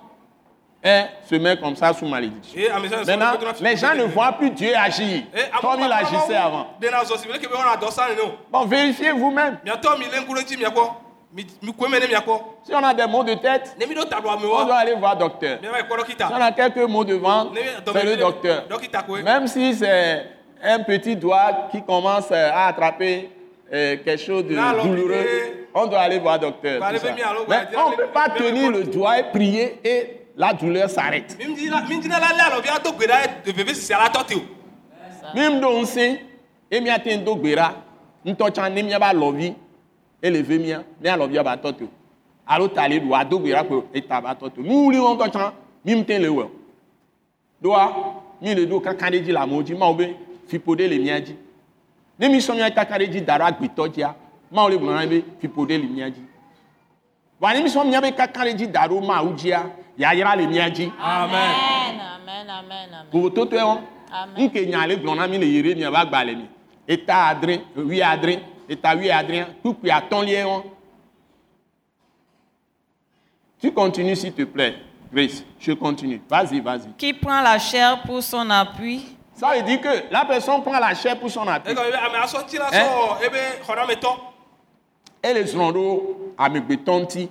hein, se met comme ça sous malédiction. Ye ame sɛ sɔ Maintenant, ne ko to na les gens ne fi- voient plus Dieu agir Eh, ame comme il kpakpa agissait mawu avant. ɖe na zɔ si be leke be wɔna dɔ sa nene o. Bon, vérifiez vous-même. Miatɔ mi le ŋku ɖe ŋuti miakpɔ. Mi mi koe me ne miakpɔ. Si on a des maux de tête, Ne mi ɖo ta ɖo on doit amewo. aller voir docteur. Miava yi kpɔ Si dɔkita. on a quelques maux de ventre, Ne mi- c'est le dɔkita- docteur. Dɔkita koe. Même si c'est un petit doigt qui commence euh, à attraper euh, quelque chose de Là, alors, douloureux, eh, on doit aller voir docteur. Bah, tout les ça. amis, alors, Mais bah, dire, on ne les- peut pas les- tenir les- le doigt et prier et la douleur s'arrête. Mi ŋdi la mi ŋdi na la lé alɔ via do gbe ɖa ye veve sisi ala tɔ te o. Même donc c'est et mia te ndo gbera, nto chan ni mia ba lovi et leve mia, ni a lovi ba toto. Alo tali do ado gbera ko et ta ba toto. Mi uli on to chan, mi mte le wo. Doa mi le do kankan de ji la moji ma obe fipode le mia ji. Ni mi so mia kankan de ji dara gbito jia, ma ole gbona be fipode le mia ji. Wa ni mi so mia be kankan de ji daro ma ujia, ya yira le mia ji. Amen. Amen. Amen. Amen. vovototo ye wɔn Amen. nke nya le gblɔm na mi le yere mi a va gba le mi eta adre wi adre eta wi adre kpukpui atɔlia ye wɔn tu continue s'il te plaît grace je continue vas-y vas-y Qui prend la chair pour son appui ça veut dire que la personne prend la chair pour son appui Egɔ mi be ame asɔti la Hein? sɔ ebe xɔnametɔ. ele zrɔ̃ ɖo amegbetɔ ŋuti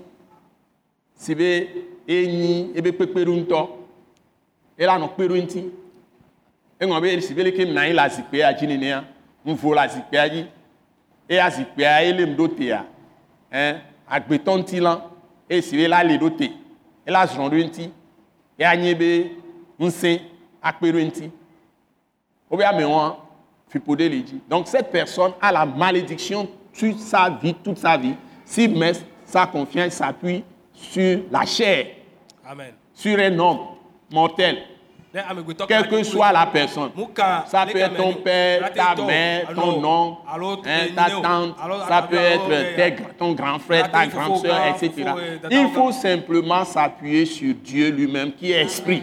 si be enyi ebe kpekpeɖo ŋutɔ ele anɔ kpeɖo ŋuti eŋɔ be si be leke mna anyi le azikpuia dzi nenea nuvo le azikpuia dzi eye azikpuia ye lém ɖo tea ɛn agbetɔ ŋuti la eye si be la li ɖo te ele azrɔ̃ ɖo ŋuti ye anyi be ŋusẽ akpe ɖo ŋuti wobe amewoa fipo ɖe le dzi donc cette personne a la malédiction toute sa vie toute sa vie s'il met sa confiance s'appuie sur la chair Amen. sur un homme mortel Ne amegbetɔ. quelle que soit la personne Mu ka. Ça peut être ton père, ta mère, ton oncle, hein, ta tante, ça peut être tes gr- ton grand frère, ta grande sœur, etc. Il faut euh, simplement s'appuyer sur Dieu lui-même qui est esprit.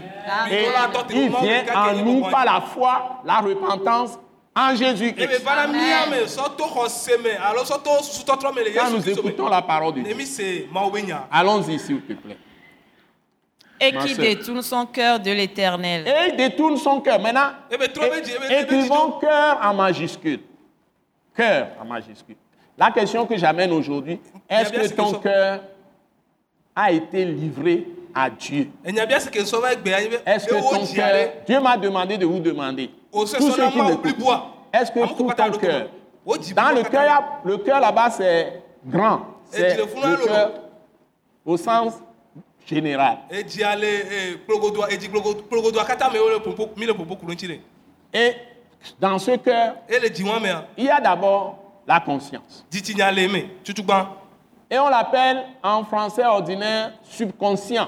Et il vient en nous par la foi, la repentance en Ebe Jésus-Christ. fana miya me sɔ to xɔse me alo sɔ to susutɔtrɔ me le Quand Yesu nous kristu me. écoutons la parole de Ne Dieu, mi se maaw be nya. allons-y s'il te plaît. et Ma qui sœur. détourne son cœur de Et l'éternel. il détourne son cœur. Maintenant, Eh ben, trop bien dit, eh ben, eh ben, écrivons cœur en majuscule. Cœur en majuscule. La question que j'amène aujourd'hui, Il y a est-ce bien que cette ton question. cœur a été livré à Dieu. enya bia seke nsɔ va gbe anyi be Est-ce que ewo ton dzia ɖe cœur. Dieu m'a demandé de vous demander. o Tous se ceux sɔ na qui ma o bli m'écoutent. bua Est-ce que Ameku tout kaka ton ɖo cœur. gɔme. O dzi Dans bua le kaka cœur, il y a- le cœur là-bas, c'est grand. C'est tu le fous Eh, là, le Lolo cœur au sens général. edzia le eh, kplogodoa edzi kplogo- kplogodoa katã me wole popo mi le popo ku ɖe ŋuti ɖe Et dans ce cœur, ele dzi wa mea il y a d'abord la conscience. dzitsinya le eme tutugba Et on l'appelle en français ordinaire subconscient,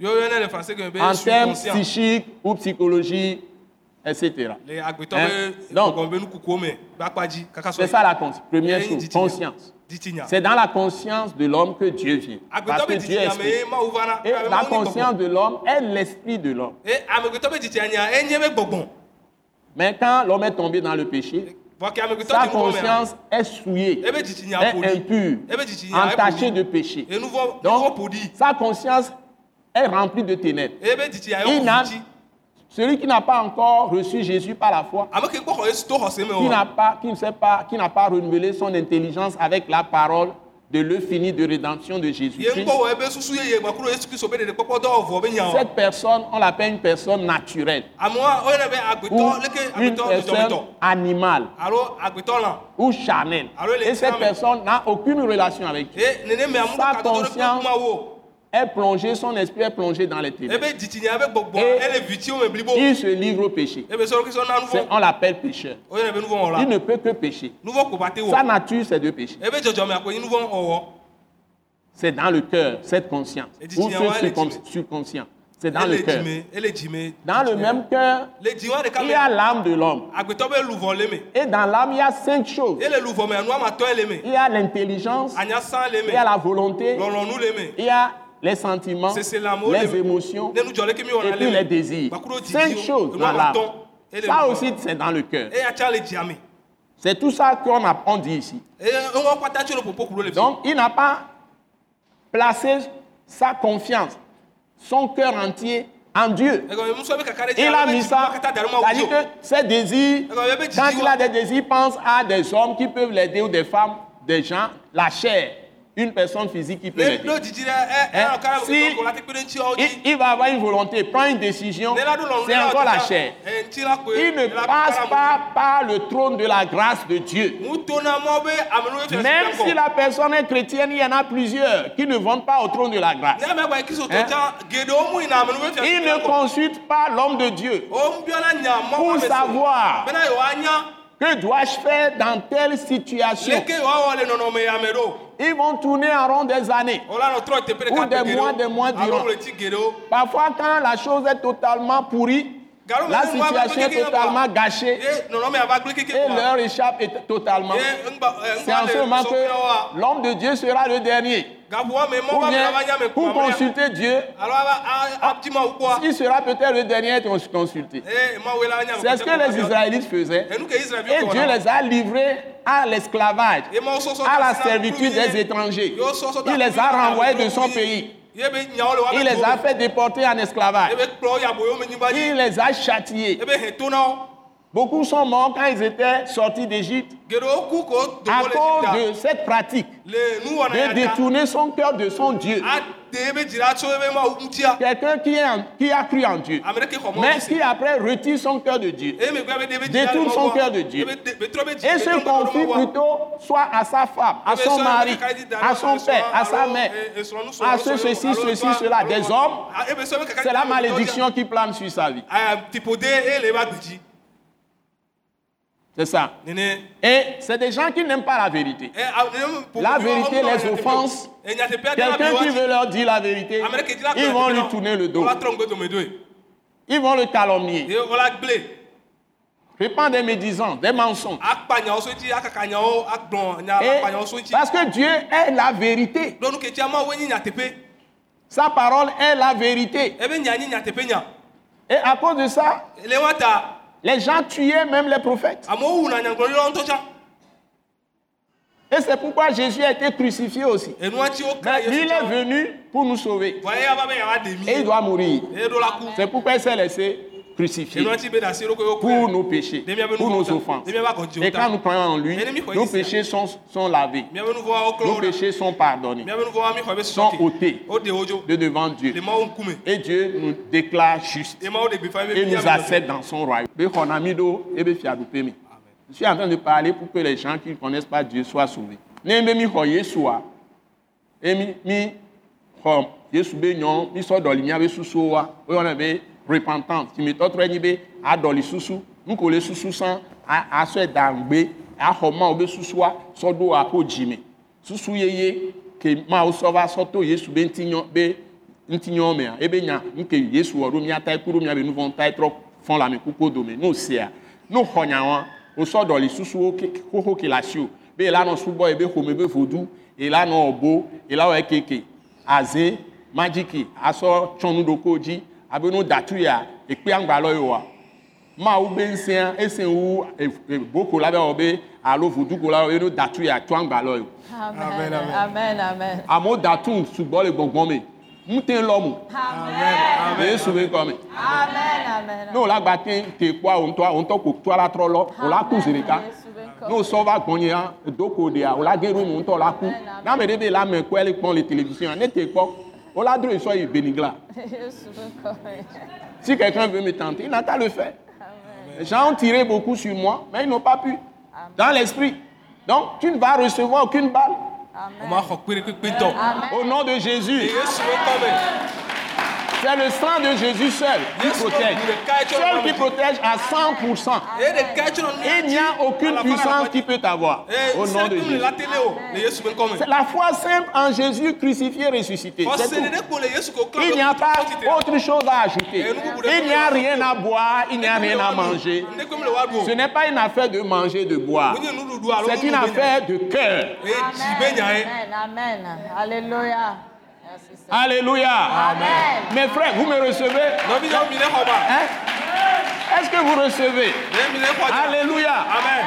yɔyɔ ne le français gɛmɛ be en termes subconscient psychiques ou psychologie, etc. le agbetɔ Hein? be Donc- gɔgɔme be nukukuwo me be akpa dzi kaka C'est sɔ ça la conscience. Première Et une chose, ditinia. conscience. dzitsinya C'est dans la conscience de l'homme que Dieu vient. Parce que agbetɔ be Dieu est dzitsinya esprit. me ye mawu va na Et abe Eh, la Mawu nye gbɔgbɔ. conscience de l'homme est l'esprit de l'homme. E, amegbetɔ be dzitsinya nya enye be gbɔgbɔn Mais quand l'homme est tombé dans le péché, vɔ ke amegbetɔ sa ti nukɔ mea conscience est souillée, ebe dzitsinya est ƒoɖi impure, ebe dzitsinya entachée de péché. enuvɔ enuvɔ Donc, ƒoɖi sa conscience est remplie de ténèbres. ebe dzitsinya Il n'a- yɔ ƒoɖi Celui qui n'a pas encore reçu Jésus par la foi, ame ke gbɔ xɔ yesu to xɔse me qui o n'a pas, qui ne sait pas, qui n'a pas renouvelé son intelligence avec la parole de l'œuf fini de rédemption de ye Jésus-Christ, ŋkɔ wɔ ebe susu yeye gbakuro yesu kristu be ɖeɖe kpɔkpɔ dɔ ɔvɔ be nya o cette personne, on l'appelle une personne naturelle amewa oyɔna be ou agbetɔ leke une agbetɔ personne dɔdɔmetɔ animale alo agbetɔ lã ou charnelle. Alors, il est Et cette charnel. personne n'a aucune relation avec Dieu. e nenemea mu Sa ka tɔ ɖe kple conscience- kuma wo Elle plongée, son esprit est plongé dans les ténèbres. ebe dzitsinya ebe gbɔgbɔ Et- ele vitiwo me blibo Il se livre au péché. ebe sɔrɔ kisɔ na C'est- nuvɔ On l'appelle pécheur. oyɔna be nuvɔ Il wɔla ne peut que pécher. nuvɔ ko ba te Sa wɔ nature, c'est de pécher. ebe dzɔdzɔmea ko nyi nuvɔ wɔwɔ C'est dans le cœur, cette conscience. Et dit, Ou tiens, ce ouais, elle est subcon- timide. subconscient. C'est dans le ele cœur. dzime ele dzime Dans le même cœur, le dziwa ɖeka il y a me l'âme de l'homme. agbetɔ be luvɔ le me Et dans l'âme, il y a cinq choses. ele luvɔ mea nua matɔ ele me Il y a l'intelligence, anyasã le il me y a la volonté, lɔlɔnu le me il y a les sentiments, Seselamu, les les- émotions ne nudzɔ leke mi et wɔna puis les le me désirs. gbakuro dzidzi Cinq o choses dans nua l'âme. matɔ ele Ça luvɔ. aussi, c'est dans le cœur. eya tsa le dzia me C'est tout ça qu'on a- on dit ici. eye eŋɔ kpata tso le popo kuro le fi Donc, il n'a pas placé sa confiance, son cœur entier en Dieu. egɔme musɔ be kaka ɖe Il a ebe mis dziku ça, kata da ɖe ma c'est-à-dire wuli que o ses désirs, Alors, il y avait quand Didi, il a ouais. des désirs, il pense à des hommes qui peuvent l'aider ou des femmes, des gens, la chair, une personne physique qui peut ne l'aider. ɖo dzidzi ɖe ɛ Hein? ɛnɔ kara Si- me ko la te kpe ɖe ŋuti awo Il, dzi il va avoir une volonté, prend une décision, ne la ɖo lɔlɔnu c'est ɖe awo encore la dzi chair. ta ɛ ŋuti la koe Il ne passe pas par le trône de la grâce de Dieu. ŋuto na mɔ be ame ɖewo fia Même si la personne est chrétienne, il y en a plusieurs qui ne vont pas au trône de la grâce. ne ame gba kristu Hein? tɔ tsa geɖewo mu yina ame ɖewo fia Il ne consulte pas l'homme de Dieu o ŋubiɔna nya mɔ pour savoir bena yewoa nya que dois-je faire dans telle situation. leke yewoa wɔ le nɔnɔme ya me ɖo Ils vont tourner en rond des années. o la nɔ trɔ teƒe Ou ɖeka des te mois, des mois alo durant. ɣleti geɖewo Parfois, quand la chose est totalement pourrie, Garou, la mais nous, on va situation est appliquer totalement quoi gâchée ye nɔnɔme ya va gble keke et kua. l'heure échappe et- totalement. Ye ŋgba- ɛ, C'est en ŋgba ce le moment sɔkpeawoa, que l'homme de Dieu sera le dernier. gaƒoa me mɔ Ou va bien, mlɔava nya me pour kua mlɔa. consulter Dieu, Alo ava- a- ati Mawu kpɔa. il sera peut-être le dernier à être consulté. Ye, Mawu la nya C'est me kua ce tse kua que les mlɔa. Israélites faisaient. Enu ke Israel Et bi Dieu wɔna. les a livrés à l'esclavage, Ye Mawu sɔsɔ à la ta sina servitude kulu des ye. étrangers. Ye wo sɔsɔ ta Il les kulu a ye, renvoyés kulu de son ye. pays. Ye be nyawo le woa be Il les tso a wo. fait déporter en esclavage. Ye be kplɔ wo yi aboyo me nyigba dzi. Il les a châtiés. Ye be he to na wo. Beaucoup sont morts quand ils étaient sortis d'Égypte Geɖewo ku ko dogo à le cause Egipte. de cette pratique Le nuwɔna de ya ta, détourner son cœur de son Dieu. ade ye be dzi ɖa tso ye be Mawu ŋutia. Quelqu'un qui, est en- qui a cru en Dieu, Ame ɖe ke xɔ Mawu mais ŋuti. qui après retire son cœur de Dieu Ye megbe be ɖe be dzi ɖa le Détourne son Mawua. cœur de Ye Dieu. be de- be trɔ be dzi- et be se trɔ be ɖo confie Mawua. plutôt soit à sa femme, à son mari, à son père, à sa mère, à ce, ceci, ceci, cela. Des hommes, Ah, c'est la malédiction qui plane sur sa vie. C'est ça. Et c'est des gens qui n'aiment pas la vérité. oh, La vérité, les offenses, Eh, Quelqu'un qui veut leur dire la vérité, ils vont lui tourner le dos. Ils vont le calomnier. Répand des médisances, des mensonges. Et Eh, parce que Dieu est la vérité. Sa parole est la vérité. Et à cause de ça, les gens tuaient même les prophètes. Et c'est pourquoi Jésus a été crucifié aussi. Mais lui, il est ah, Eh, venu pour nous ben, sauver. Et il doit mourir. C'est pourquoi il s'est laissé crucifié Eno ŋuti be ɖe asi ɖokui wo pour kpe. nos péchés, Ne miabe pour nu nos vɔ̃ ta- offenses. ne miabe agɔdziwo Et ta. quand nous croyons en lui, Ennemi croyait nos ça. péchés sont, sont lavés, Miabe nu vɔawo klɔ nos wo ɖa. péchés sont pardonnés Miabe nu vɔawo mi xɔ be Sans sɔti. ôter. O ɖe wo dzo. de devant Dieu. Le Mawu ŋkume. Et Dieu nous déclare justes Ye Mawu ɖe gbeƒã be et mía nous mi nɔ accepte dans son royaume. Be xɔnami ɖewo, ebe fiaɖuƒe me. Je suis en train de parler pour que les gens qui ne connaissent pas Dieu soient sauvés. Ne be mi xɔ Yesua, ye mi- mi xɔ Yesu be nyɔ, mi sɔ ɖɔli miabe susuwoa, woyɔna be repentance. Timitɔtrɔe nyi be aɖɔli susu, nu ko le susu sã, a- asɔe da ŋugbe, axɔ Mawu be susua sɔ ɖo aƒo dzi me. Susu yeye ke Mawu sɔ va sɔ to Yesu be ŋutinyɔ be ŋutinyɔ mea, ebe nya nu ke Yesu wɔ ɖo miata ku ɖo miabe nu vɔ ŋuta trɔ fɔn le amekuku dome. N'o sea, n'o xɔ nya wɔn, o sɔ ɖɔli susuwo ke- xoxo ke le asi o. Be e elanɔ subɔ ebe xɔme be vodu, elanɔ ɔbo, elanɔ ekeke aze majiki asɔ tsɔnuɖoko dzi abe nu datu ya e ekpe aŋgbalɔ yi wa mawu be ŋsẽa ese wu e- e- boko la be awɔ be alo voduko la be nu datu ya tsɔ aŋgbalɔ yi o Amen. Amen. Amen. amewo datu sugbɔ le gbɔgbɔ me ŋute lɔ mu Amen. le esu be kɔ me Amen. Amen. ne o la gba te te kpɔa o ŋutɔ o ŋutɔ ko toa la trɔ lɔ o la ku zi ɖeka ne o sɔ va gbɔnyia doko ɖea o la ge ɖo nu ŋutɔ o la ku ne ame ɖe be la me kɔe le kpɔm le television ne te kpɔ o la dro esɔ yi benigla. Si quelqu'un veut me tenter, il n'a qu'à le faire. Les gens ont tiré beaucoup sur moi, mais ils n'ont pas pu. Dans l'esprit. Donc, tu ne vas recevoir aucune balle. dzo. O ma xɔ kpeɖekpekpe tɔ. Au nom de Le Jésus. Yesu wo kɔ me. C'est le sang de Jésus seul qui Yesu wo protège. ɖe ɖeka etsɔ Seul nɔ qui mi. protège à 100%. Ye ɖeka etsɔ nɔ mi. Il n'y a aucune puissance qui peut t'avoir. Au nom de Jésus. Eh, la télé o. Le Yesu be ŋkɔ me. C'est la foi simple en Jésus crucifié, ressuscité. C'est Ɔse tout. ɖeɖe ko Oh, le Yesu ko klɔ Il n'y a pas autre chose à ajouter. Et Eh, nous, vous Il n'y a rien à boire, il n'y a rien à manger. Ne ko mi le wa ɖu o. Ce n'est pas une affaire de manger, de boire. Wonye nuɖuɖu alo C'est une nuɖu be nya. affaire affaire de cœur. Ye dzi be nya ye. Amen. Amen. Alléluia. Merci, Seigneur. Alléluia. Amen. Mes frères, vous me recevez Nɔvi nyɔnu mi ne xɔ ba. hein? Est-ce que vous recevez Ne mi ne xɔ dzi. Alléluia. Amen.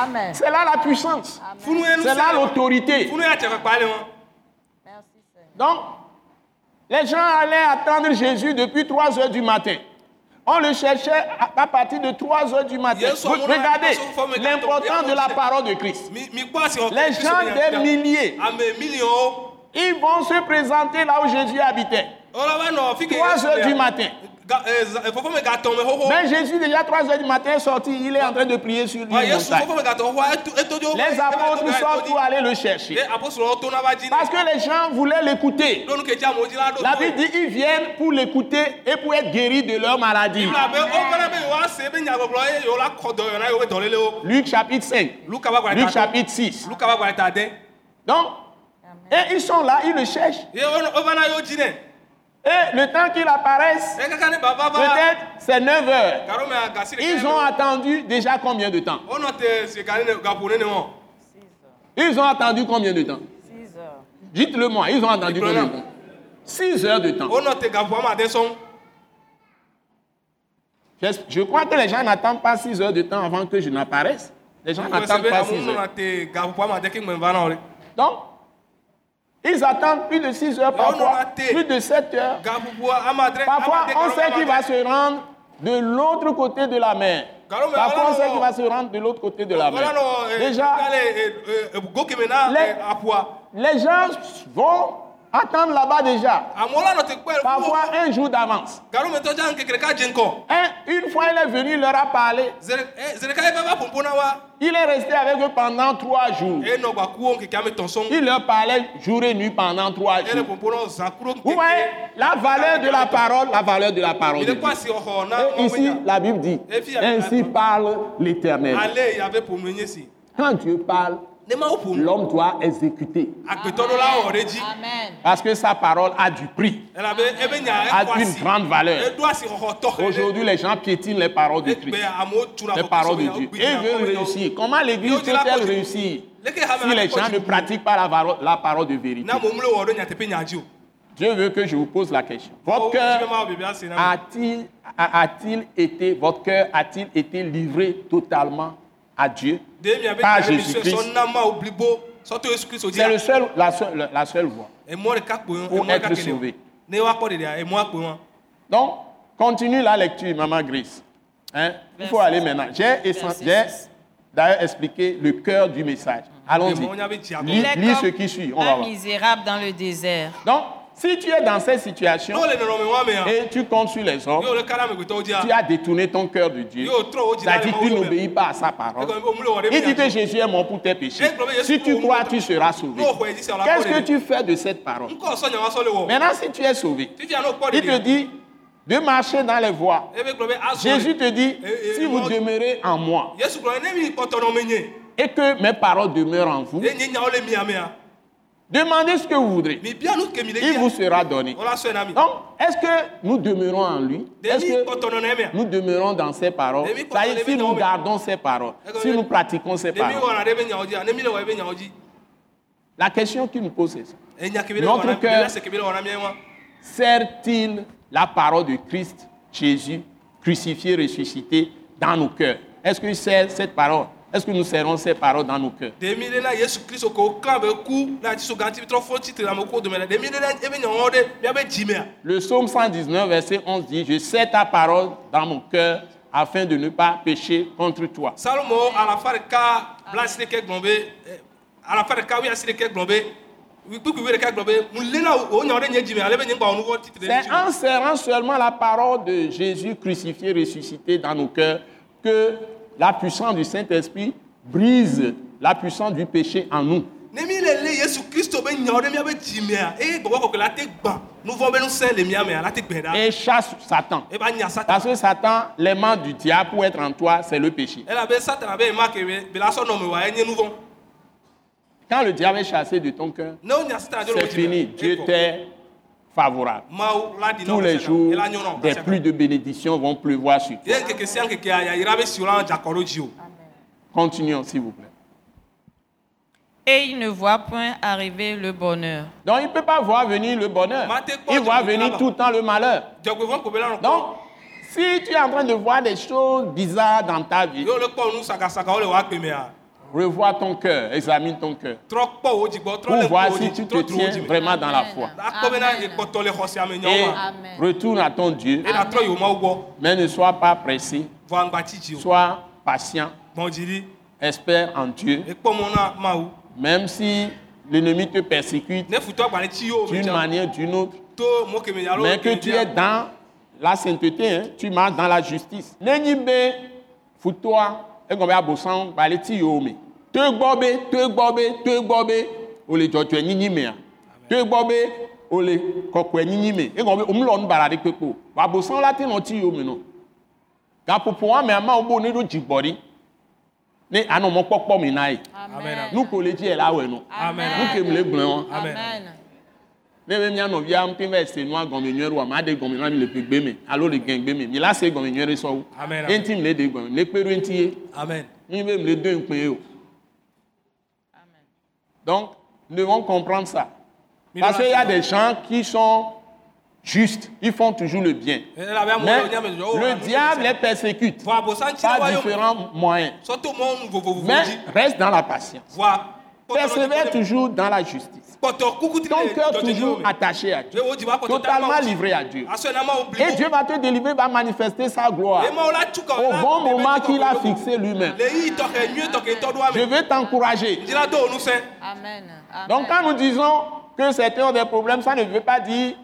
Amen. C'est là la puissance. Funu ye nu C'est là l'autorité. Funu ya tse kpakpa le wɔn. Merci, Seigneur. Donc, les gens allaient attendre Jésus depuis 3 heures du matin. On le cherchait à- à partir de 3 heures du matin. Yes, Vous- on a- regardez on a- l'importance de la parole de Christ. Mi mi kpɔ asi wɔn. Les gens des milliers, Ame miliyɔnwo. ils vont se présenter là où Jésus habitait. Ɔlɔ bɛ nɔ fi ke. 3 heures du matin. Ga eh, ee fɔfɔ me gatɔ me xoxo. Mais Jésus, déjà 3 heures du matin, est sorti. Il est en train de prier sur Wa l'île Yesu montagne. fɔfɔ me gatɔ xoxo eto eto dzo. Les apôtres sortent pour aller le chercher. Ye aposɔlɔwo to na va dzi. Parce que les gens voulaient l'écouter. Lɔnu ke dzi amewo dzi la ɖo. La Bible dit ils viennent pour l'écouter et pour être guéris de leur maladie. Bibla be wo fana be yewoa se be nyagbɔgblɔ ye yewo la kɔ dɔyɔ na yewo be dɔlelewo. Luc chapitre 5, Luka ba gbalẽ Luc ta chapitre 6. Luka ba gbalẽ ta dɛ. Donc, et ils sont là, ils le cherchent. Ye wo wo fana yewo dzi nɛ. Et le temps qu'ils apparaissent, Ye kaka ne baba va. peut-être c'est 9 heures. Garo me agasi de. Ils ont attendu déjà combien de temps Wonɔ te sikari ne gaƒo ne ne wɔn. Ils ont attendu combien de temps 6 heures. Dites-le moi, ils ont attendu combien de temps 6 heures de temps. Wonɔ te gaƒoa ma de sɔn. J'es- Je crois que les gens n'attendent pas 6 heures de temps avant que je n'apparaisse. Les gens n'attendent Sebe pas amu 6 heures. nɔna te gaƒoa ma de ke ŋmɛ va na o le. Donc, ils attendent plus de 6 heures on parfois, a raté. plus de 7 heures. Gaƒoƒoa amadre. Parfois, on sait qu'il va se rendre de l'autre côté de la mer. Garo, mais Parfois, on voilà, sait non. qu'il va se rendre de l'autre côté de la Voilà mer. nɔ. Déjà, eh, Déjà. Go keme na Les- eh, aƒoa. les gens vont attendre là-bas déjà. Amewo la nɔ te kpɛ. Parfois, un jour d'avance. Garo me tɔ dza nkekere ka dze ŋkɔ. Un- une fois, il est venu, il leur a parlé. Zere eh, zere ka ye va va ponpo na wa. eh, Il est resté avec eux pendant trois jours. enɔ gba kuwo nkeke ame tɔn sɔn Il leur parlait jour et nuit pendant trois ele jours. popo nɔ zan kuro nkeke Vous voyez la valeur de la parole, la valeur de la parole. de mine Dieu. kɔ asi ɔxɔ na Et mɔmɔ ici, nya la Bible dit, ainsi parle l'Éternel. ale yi abe ƒome nye si Quand Dieu parle, ne ma wo ƒome l'homme doit exécuter. agbetɔ ɖo la wɔ ɖe dzi Amen. Parce que sa parole a du prix, elabe ebe e nya a ekɔ une asi grande valeur. edo asi xɔxɔ tɔxɛ Aujourd'hui, les gens piétinent les paroles de Christ, egbe amewo tuna les paroles de Dieu. Et ils veulent réussir. Comment l'Église peut-elle réussir si les gens ne pratiquent pas la, valo- la parole de vérité na mɔmɔ le wɔ ɖe nyateƒe nya dzi o Dieu veut que je vous pose la question. Votre Wo- cœur ma wo bibia se na mi. a-t-il a- a-t-il été, votre cœur a-t-il été livré totalement à Dieu de mia be par nya e be Jésus-Christ. mi sɔ na ma wo blibo sɔtɔ yesu kristu C'est le dzi seul, la, seule, la seule voie. e emɔ ɖeka kpe wɔn Pour emɔ ɖeka être kele sauvé. e wɔn ne wa kpɔ ɖeɖea emɔa kpe wɔn Donc, Continue la lecture, Maman Grise. Hein? Il faut Verset aller maintenant. J'ai essen- Verset j'ai six. d'ailleurs expliqué le cœur du message. Allons-y. Bon, on avait dit à- Lis, Il est lis ce comme qui suit. On va Un voir. misérable dans le désert. Donc, si tu es dans cette situation n'o le nɔnɔme wa mea et tu comptes sur les hommes, yóò le kala amegbetɔwo dzia tu as détourné ton cœur de Dieu. yóò trɔ wo dzi Ça la dit, mawu tu yome. n'obéis pas à sa parole. Ekɔ abe omle wɔ ɖe Il mia dit que dzi. Jésus est mort pour tes péchés. Et comme Jésus Si tu pour crois, nous- tu seras sauvé. n'o xɔe dzi sɛ ɔla Qu'est-ce kpɔ que ɖe mi tu fais de cette parole ŋkɔ sɔ nya wa sɔ le wɔ Maintenant, si tu es sauvé, fifia n'o kpɔ il ɖe te mi dit de marcher dans les voies. ebe gblɔ be azɔ Jésus le te dit, Et- et si vous moi- demeurez en moi yesu gblɔ ne mi kpɔtɔ nɔ me nye et que mes paroles demeurent en vous, ye nye nyawo le mia mea demandez ce que vous voudrez. mi bia nu ke mi le Il vous bia sera donné. o la sɔe na mi Donc, est-ce que nous demeurons en lui de Est-ce mi que kpɔtɔ nɔ na emea nous demeurons dans ses paroles Demi- C'est-à-dire si demi- nous gardons ses paroles, Demi- si nous pratiquons ses de mi paroles. wɔna ɖe ebe nyawo dzia ne mi le wɔ ebe nyawo dzi La question qu'il nous pose, c'est ça. enya kebe le Notre wɔna cœur- mi se kebe le wɔna mi wa sert-il la parole de Christ, Jésus, crucifié, ressuscité, dans nos cœurs Est-ce qu'il sert cette parole Est-ce que nous serrons cette parole dans nos cœurs de mi le na yesu kristu ko kla be ku na tiso ganti trɔ fɔ titre la me ko dome la de mi le na ebe nyawo ɖe mia be dzi mea Le psaume 119, verset 11 dit, Je sais ta parole dans mon cœur afin de ne pas pécher contre toi. salomo alafa ɖeka bla asirike gblɔ be eh, alafa ɖeka wi asirike gblɔ be wi- kpikpi wi ɖeka gblɔ be mu lena o nyawo ɖe nye dzi mea alebe nye gbawo nuvɔ titre ɖe C'est dzi en mea. serrant seulement la parole de Jésus crucifié, ressuscité dans nos cœurs que la puissance du Saint-Esprit brise la puissance du péché en nous. ne mi le le yesu kristu be nyawo ɖe mia be dzi mea eye gbɔgbɔ kɔkɔe la te gba nuvɔ be nusẽ le mia mea la Eh te gbɛ ɖa Et chasse Satan. eba nya satan Parce que Satan, l'aimant du diable pour être en toi, c'est le péché. elabe satan abe ema ke be bela sɔ nɔme wa enye nuvɔ Quand le diable est chassé de ton cœur, ne o nya satan adzo le c'est wo dzi mea, fini. Dieu ekɔ. t'est favorable. mawu la di Tous les jours, des pluies de de bénédiction vont pleuvoir sur toi. ye keke sia keke ya yira be siwo la dza kɔ ɖo dzi o Continuons, s'il vous plaît. Et il ne voit point arriver le bonheur. Donc, il ne peut pas voir venir le bonheur. Il voit venir tout le temps le malheur. dzɔgbevɔ ko be la nɔ kpɔ Donc, si tu es en train de voir des choses bizarres dans ta vie, yóò lè kpɔ nu sagasagawo le wa gbe mea revois ton cœur, examine ton cœur trɔ kpɔ wo dzigbɔ trɔ pour lé voir wo si tu dzi trɔ te dro wo dzi tiens me vraiment dans la foi. akpɔ bena ekpɔtɔ e le xɔ sia me E Et nyɔ ma Amen. retourne à ton Dieu, ena trɔ yi wo mawu gbɔ mais ne sois pas pressé, vɔ aŋgbati dzi o sois patient, gbɔn dzi ɖi espère en Dieu. ekpɔ mɔ e na mawu Même si l'ennemi te persécute ne futɔ agbalẽ tsi yóò mi d'une dza manière ou d'une autre, to mɔ kemi alo mais que tu es dans la sainteté, hein, tu marches dans la justice. Nenyi be futoa egɔme abosan bale ti yo me. To gbɔ be to gbɔ be to gbɔ be o le dzɔdzɔe nyinyi mea. To gbɔ be o le kɔkɔe nyinyi me. Egɔme o mlɔ nu bara ɖe kpekpe o. Wa abosan la te nɔ ti yo me nɔ. Gaƒoƒo woame amawo bo ne ɖo dzigbɔ ɖi. Ne anɔ mɔkpɔkpɔ me na ye. Amen. Nu ko le dzi yɛ la wɔe nɔ. Amen. Nu ke me le gblẽ wɔn. Amen. ne be mía nɔvia ŋutɔ va se nua gɔmenyuie ɖoa maa de gɔmenyuie mi le gbe me alo le gɛgbe me mi la se gɔmenyuie ɖe sɔwu Amen. ye ŋuti mi le de gɔme ne kpe ɖo ŋuti ye amen mi be mi le do ŋkpe ye o donc nous devons comprendre ça Mi parce doit qu'il y a savoir. des gens qui sont justes ils font toujours le bien elabe amewo mais le nya me dzɔ o le diable les persécute vɔ abosan tsi la wa par yɔ mi différents moyens sɔto mɔ nu vovovo mais dzi reste dans la patience vɔ persévère toujours dans la justice kpɔtɔ kuku ti ton le cœur dzɔdzɔ dzi o toujours me attaché à Dieu ye wo dzi wa kpɔtɔ ta totalement ma livré à Dieu asɔe na ma E wo Et bli Dieu va te délivrer, va manifester sa gloire Et moi, là, tout comme au là, bon mais moment tu qu'il a comprends pas. fixé lui-même. le yi tɔ kɛ nyuie tɔ kɛ tɔ do Je ame veux t'encourager. dzila do o nu sɛ. Amen. Amen. Donc quand nous disons que certains ont des problèmes, ça ne veut pas dire,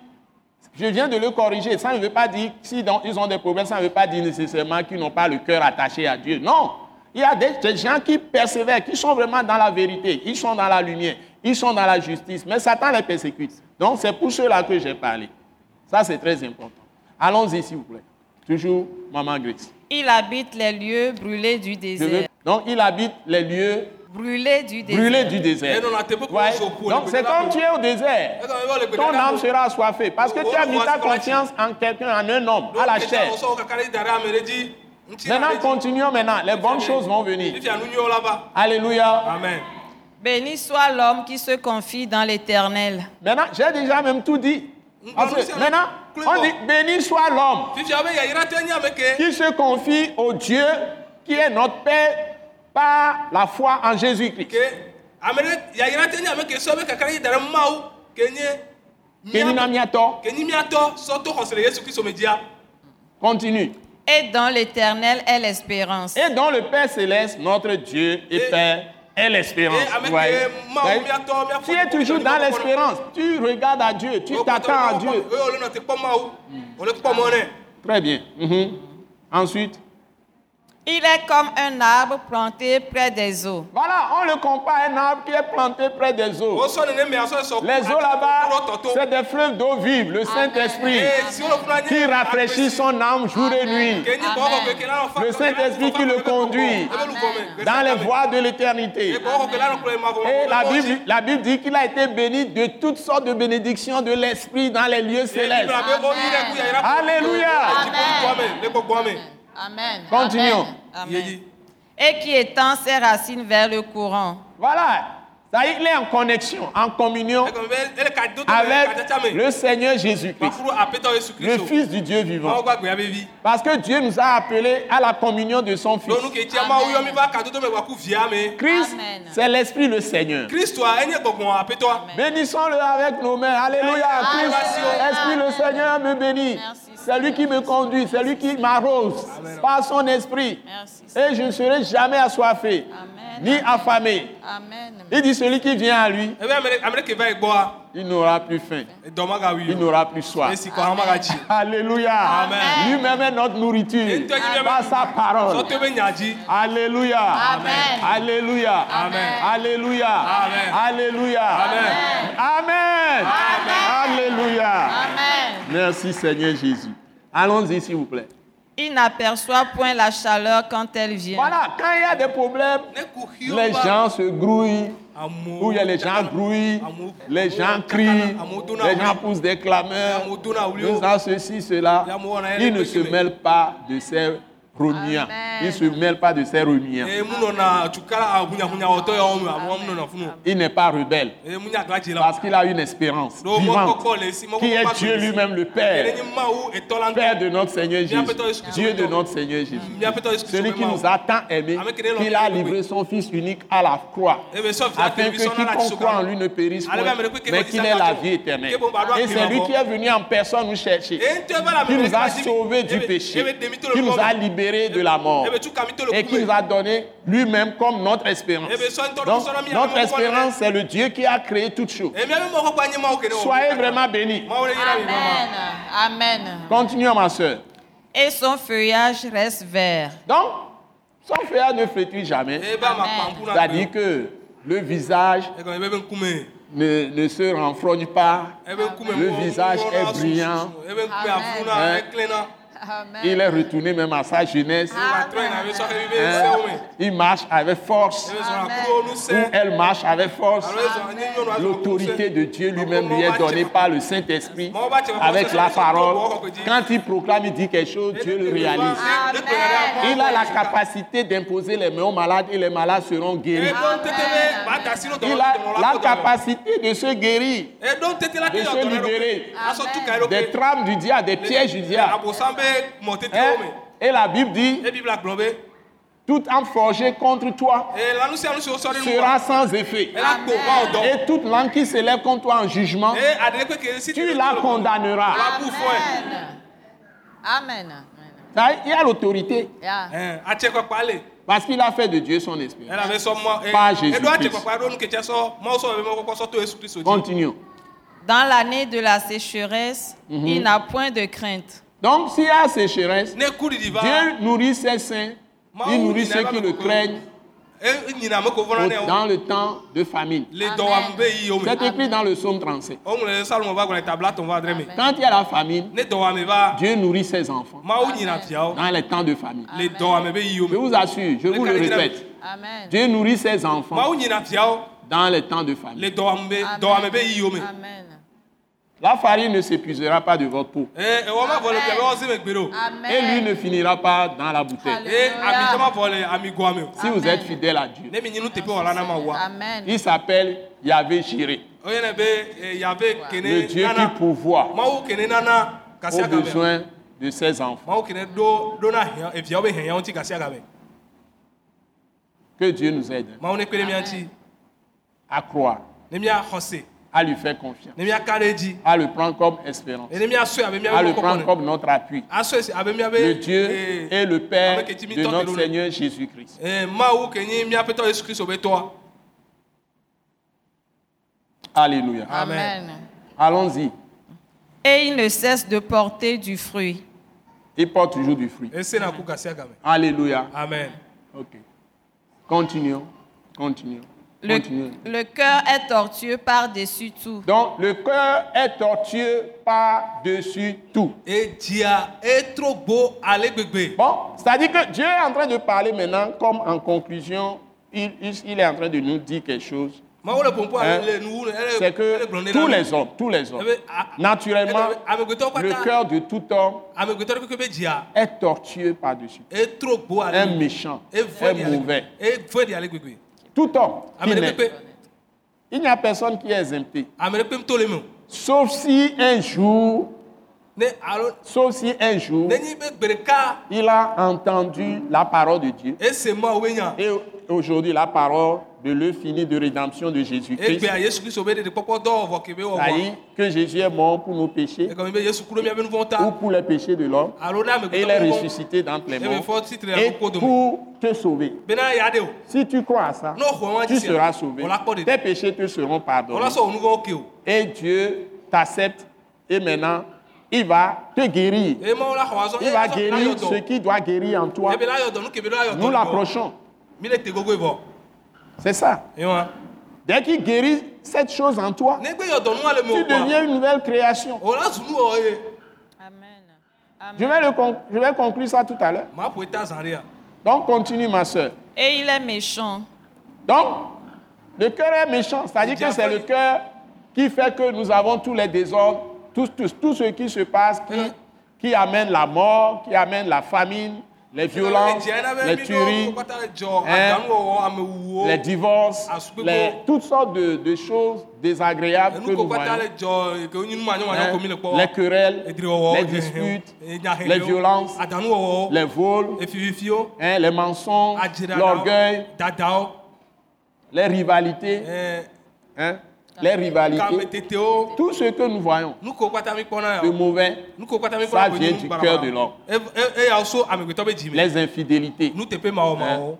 je viens de le corriger, ça ne veut pas dire, si donc, ils ont des problèmes, ça ne veut pas dire nécessairement qu'ils n'ont pas le cœur attaché à Dieu. Non. Il y a des, des gens qui persévèrent, qui sont vraiment dans la vérité, ils sont dans la lumière, ils sont dans la justice, mais Satan les persécute. Donc c'est pour cela que j'ai parlé. Ça c'est très important. Allons-y s'il vous plaît. Toujours Maman Grace. Il habite les lieux brûlés du Je veux- désert. Donc, il habite les lieux Brûlés du désert. brûlés du désert. Et non, là, t'es pas Ouais. comme ça au pot, Donc, le c'est gars, quand là. tu es au désert, E kama yɔ le ton âme gbedada sera assoiffée parce que Oh, tu as oh, mis oh, ta oh, oh, confiance en quelqu'un, en un homme, ko. à la Ɖo chair. kɛtɛ wosɔ kakali da ɖe ame ɖe dzi. Ŋuti na Maintenant, ɖe dzi. continuons maintenant. Les bonnes choses vont venir. Fifia nu nyuie la va. Alléluia. Amen. Béni soit l'homme qui se confie dans l'éternel. Maintenant, j'ai déjà même tout dit. Mm, Parce que maintenant, on dit béni soit l'homme Fifia be yayira tɛ nye ame ke. qui se confie au Dieu qui est notre Père par la foi en Jésus-Christ. Ke ame ɖe yayira tɛ nye ame ke sɔ be kakali da ɖe mawu ke nye. mía- Kenina miato. Ke nyi miatɔ sɔ to xɔse le Yesu Kristu me dzia. Continue. Et dans l'éternel est l'espérance. Et dans le Père céleste, notre Dieu et Et- Père est l'espérance. Et avec euh, Vous voyez? les morts, Vous voyez? mi attend, mi attend, Tu mi es attend, toujours mi dans attend, mi attend. l'espérance. Tu regardes à Dieu, tu t'attends à Dieu. Eux, on leur n'était pas mal. On leur était pas mal, hein. Très bien. Mhm. Ensuite, Il est comme un arbre planté près des eaux. voilà, on le compare à un arbre qui est planté près des eaux. On s'en est né, mais on s'en est sorti. Les eaux là-bas, Toto. c'est des fleuves d'eau vive, le Saint-Esprit, Et Eh, si on le prenait, qui rafraîchit son âme jour et nuit Kenny, bon, Amen. on peut- Kenny, là, on fait- Le Saint-Esprit qui le conduit. Eh ben, nous, comment? dans les voies de l'éternité. Eh ben, on peut- là, on peut- on peut- Et la on peut- Bible, la Bible dit qu'il a été béni de toutes sortes de bénédictions de l'Esprit dans les lieux Eh, Bible, célestes. la Bible, on ira, il y aura- Alléluia. Eh, tu peux boire, mais, les bois, boire, mais. Amen. Continuons. Il Amen. dit, Et qui étend ses racines vers le courant. Voilà. Ça y est, il est en connexion, en communion eh, comme, eh, eh, le cadeau de- le cadeau de- avec mais, le Seigneur ma Jésus-Christ, furu apétɔ Yesu le Kristo. Fils du Dieu Awo vivant. gba gbe abe vi. Parce que Dieu nous a appelés à la communion de son Fils. Lɔnu ke tia ma wo yɔ mi va kadodo me wa ku via me. Christ, Amen. c'est l'Esprit, le Seigneur. Kristoa enye gbɔgbɔn apétɔa. Bénissons-le avec nos mains. Alléluia. Christ, Alléluia. Esprit, le Seigneur me bénit. Merci, C'est lui qui me conduit, c'est lui qui m'arrose par son esprit. Merci. Et je ne serai jamais assoiffé, Amen. ni affamé. Amen. Il dit, celui qui vient à lui, Ebe amere amere ke va ye gbɔa. il n'aura plus faim, Dɔ ma ga wi il o. n'aura plus soif. Esi kɔ hama ga dzi. Alléluia. Amen. Lui-même est notre Et nourriture toi, lui-même- par sa parole. Sɔ to be nya dzi. Alléluia. Amen. Alléluia. Amen. Alléluia. Amen. Alléluia. Amen. Amen. Alléluia. Amen. Merci Seigneur Jésus. Allons-y s'il vous plaît. Il n'aperçoit point la chaleur quand elle vient. Voilà, quand il y a des problèmes, Ne ku hi o les va. gens se grouillent. Amour. Où il y a les gens grouillent, les gens crient, les gens poussent des clameurs, oh. les gens ceci, cela. Ils ne se mêlent pas de ces remiens. Ils ne se mêlent pas de ces remiens. Eh, mu nɔna tukala a hunyahunyawɔtɔ yɔ mu amɔ mu nɔna funu. Il n'est pas rebelle Eh, mu nya gla dzi la. parce qu'il a une espérance Ɖo mɔ vivante kɔkɔ le esi mɔ qui kɔkɔ est ba Dieu gbe le esi. lui-même, le Père. Ele nye Mawu etɔ la ŋutɔ. Père de notre Seigneur Jésus, Dieu de notre Seigneur Jésus, celui qui nous a tant aimés, Ah, qu'il a livré son Fils unique à la croix, afin Eh que quiconque croit en lui ne périsse point, mais qu'il ait la vie éternelle. Et c'est lui qui est venu en personne nous chercher, Eh, qui nous a sauvés du péché, qui nous a libérés de la mort, et qui nous a donné lui-même comme notre espérance. Donc, notre espérance, c'est le Dieu qui a créé toutes choses. Emia mi mɔ kɔkɔ anyi Mawu ke ne wɔ. Soyez vraiment bénis. Mawu le yira mi mama. Amen. Amen. Continuons, ma soeur. Et son feuillage reste vert. Donc, son frère ne flétrit jamais. Eh, ba ma kpa ŋku na C'est-à-dire gbe. que le visage Eh, gɔme, ebe be ŋkume. ne, ne se renfrogne pas, Ebe ŋkume Le mɔ- visage mɔ est na susu. brillant. Hein? Ebe ŋkume avu na, Amen. eklẽ na. il Amen. est retourné même à sa jeunesse. Ebe ba trɔ yina, ebe sɔ ke ebe Hein? sewo me. Il marche avec force, Ebe zɔna kuro nu ou se. elle marche avec force. Alo ezɔ- enye nyɔnu azɔ kuro se. L'autorité de Dieu lui-même lui est donnée par le Saint-Esprit avec la parole. Quand il proclame, il dit quelque chose, Dieu le réalise. Il a la capacité d'imposer les mains aux malades et les malades seront guéris. Il a la capacité de se guérir de se libérer des trames du diable, des pièges du diable. Hein? Et la Bible dit, toute âme forgée contre toi sera sans effet. Et toute langue qui s'élève contre toi en jugement, tu la condamneras. Amen. Amen. Ça, Il a l'autorité Yeah. parce qu'il a fait de Dieu son esprit. Par Jésus-Christ. Continuons. Dans l'année de la sécheresse, Mhm. il n'a point de crainte. Donc, s'il y a sécheresse, Dieu nourrit ses saints, Bah. il nourrit ceux qui le craignent au- dans le temps de famine. C'est écrit dans le psaume 37. Quand il y a la famine, ne dɔwɔame va Dieu nourrit ses enfants mawu nyina fiawo dans les temps de famine. le dɔwɔame be yiwo Je me vous assure, je vous le répète, Amen. Dieu nourrit ses enfants mawu nyina fiawo dans les temps de le famine. dɔwɔame be Amen. dɔwɔame be yiwo me Amen. La farine ne s'épuisera pas de votre peau ee ewɔ ma vɔ le bia be wɔzi me gbe ɖo et l'huile Amen. ne finira pas dans la bouteille. ee Alléluia. ami tɔ ma vɔ le amigoa me o Si vous êtes fidèle à Dieu, ne mi nyi nu teƒe wɔla na ma wa Amen. il s'appelle Yahvé Jiré, o yɛnɛ be eh, yave le kene Dieu qui nana pourvoit mawu kene nana aux kasia gabe besoins de ses enfants. mawu kene ɖo ɖo na hiã eviawo be hiã ŋuti kasia gabe Que Dieu nous aide mawu ne kpe ɖe mia ŋuti à croire ne mia xɔ se à lui faire confiance, ne miaka ɖe edzi à le prendre comme espérance, ne ne miasɔe abe à miabe le kɔkɔ prendre ne comme notre appui. asɔe si abe Eh, miabe Le Dieu ee, et le Père Avec qui tu de notre m'entends, Seigneur Jésus-Christ. ee, mawu eh, ke nye miaƒetɔ yesu kristu be tɔa Alléluia. Amen. Amen. Allons-y. Et il ne cesse de porter du fruit. Il porte toujours du fruit. esena ku gasia game Alléluia. amen Ok. Continuons. Continuons. Le, Continuons. le cœur est tortueux par-dessus tout. Donc, le cœur est tortueux par-dessus tout. E edzia etro gbo ale gbegbe Bon, c'est-à-dire que Dieu est en train de parler maintenant, comme en conclusion, il, il- il est en train de nous dire quelque chose. mawu le pɔnpɔ Hein? ale le nuwu C'est ele gblɔ que ne tous la les hommes, tous les hommes, Eh bien, à- naturellement, eh bien, amegbetɔ ah, le kpata cœur de tout homme amegbetɔ ɖe kpekpe be dzia est tortueux par-dessus. etro E gbo Est ale méchant, evoe est ɖi ale mauvais. gbegbe evoe ɖi ale gbegbe Tout homme, qui ame ɖe naît, kpekpe il n'y a personne qui est exempté. ame ɖe kpekpe to le me o Sauf si un jour, ne alo sauf si un jour, nenyi be gbe ɖeka il a entendu la parole de Dieu. ese mawu be e nya Et aujourd'hui, la parole de l'œuf fini de rédemption de Jésus-Christ, egbea E yesu kristu be ɖeɖekpɔkpɔ dɔwɔvɔ ke be wɔwɔ c'est-à-dire que Jésus est mort pour nos péchés egɔme E be yesu ku ɖe miabe nuvɔ ou ta pour les péchés de l'homme, alo ne et il est amegbetɔ ressuscité dans les ebe morts, fɔ titre et akoko dome pour te sauver. bena ya ɖe o Si tu crois à ça, n'o xɔ wɔn tu ti se seras sauvé. wòla kpɔ Tes ɖe péchés te seront wòla pardonnés. sɔ wò nuvɔ ke o Et Dieu t'accepte, et maintenant, il va te guérir. eye mawu la xɔ azɔ Il va eh, guérir ce qui doit guérir en toi. ebe la yɔ dɔ nu kebe la yɔ dɔ Nous l'approchons. mi le te gogoe vɔ C'est ça. ewa Dès qu'il guérit cette chose en toi, ne gbe yɔ dɔ nua le me tu o kɔ deviens une nouvelle création. wòla zu nu wɔ ye Amen. Je Amen. vais, le con- je vais conclure ça tout à l'heure. ma ƒo eta zã ɖe ya Donc, continue, ma soeur. Et il est méchant. Donc, le cœur est méchant. C'est-à-dire que c'est le cœur qui fait que nous avons tous les désordres, tout, tout- tout ce qui se passe, qui, qui amène la mort, qui amène la famine, les violences, Edzia na be les mi ɖo tueries, kpata le dzɔ hein, aganuwɔwɔ amewuwo les divorces, Asukpekpe. les- toutes sortes de, de choses désagréables que enuko nous kpata voyons. le dzɔ ke wonyi numanyɔmanyɔ ko mi le hein, kpɔ les querelles, edriwɔwɔ les disputes, enyaheheo les violences, adanuwɔwɔ les vols, efififio hein, les mensonges, l'orgueil, adzraɖawo dadawo les rivalités, eh, hein, les rivalités, kametetewo tout ce que nous voyons nuko kpata mi kpɔna de ya mauvais, nuko E, kpata mi Ça kpɔna vient du cœur de l'homme. eyawo so amegbetɔ be dzi me les infidélités, nuteƒe mawɔmawɔ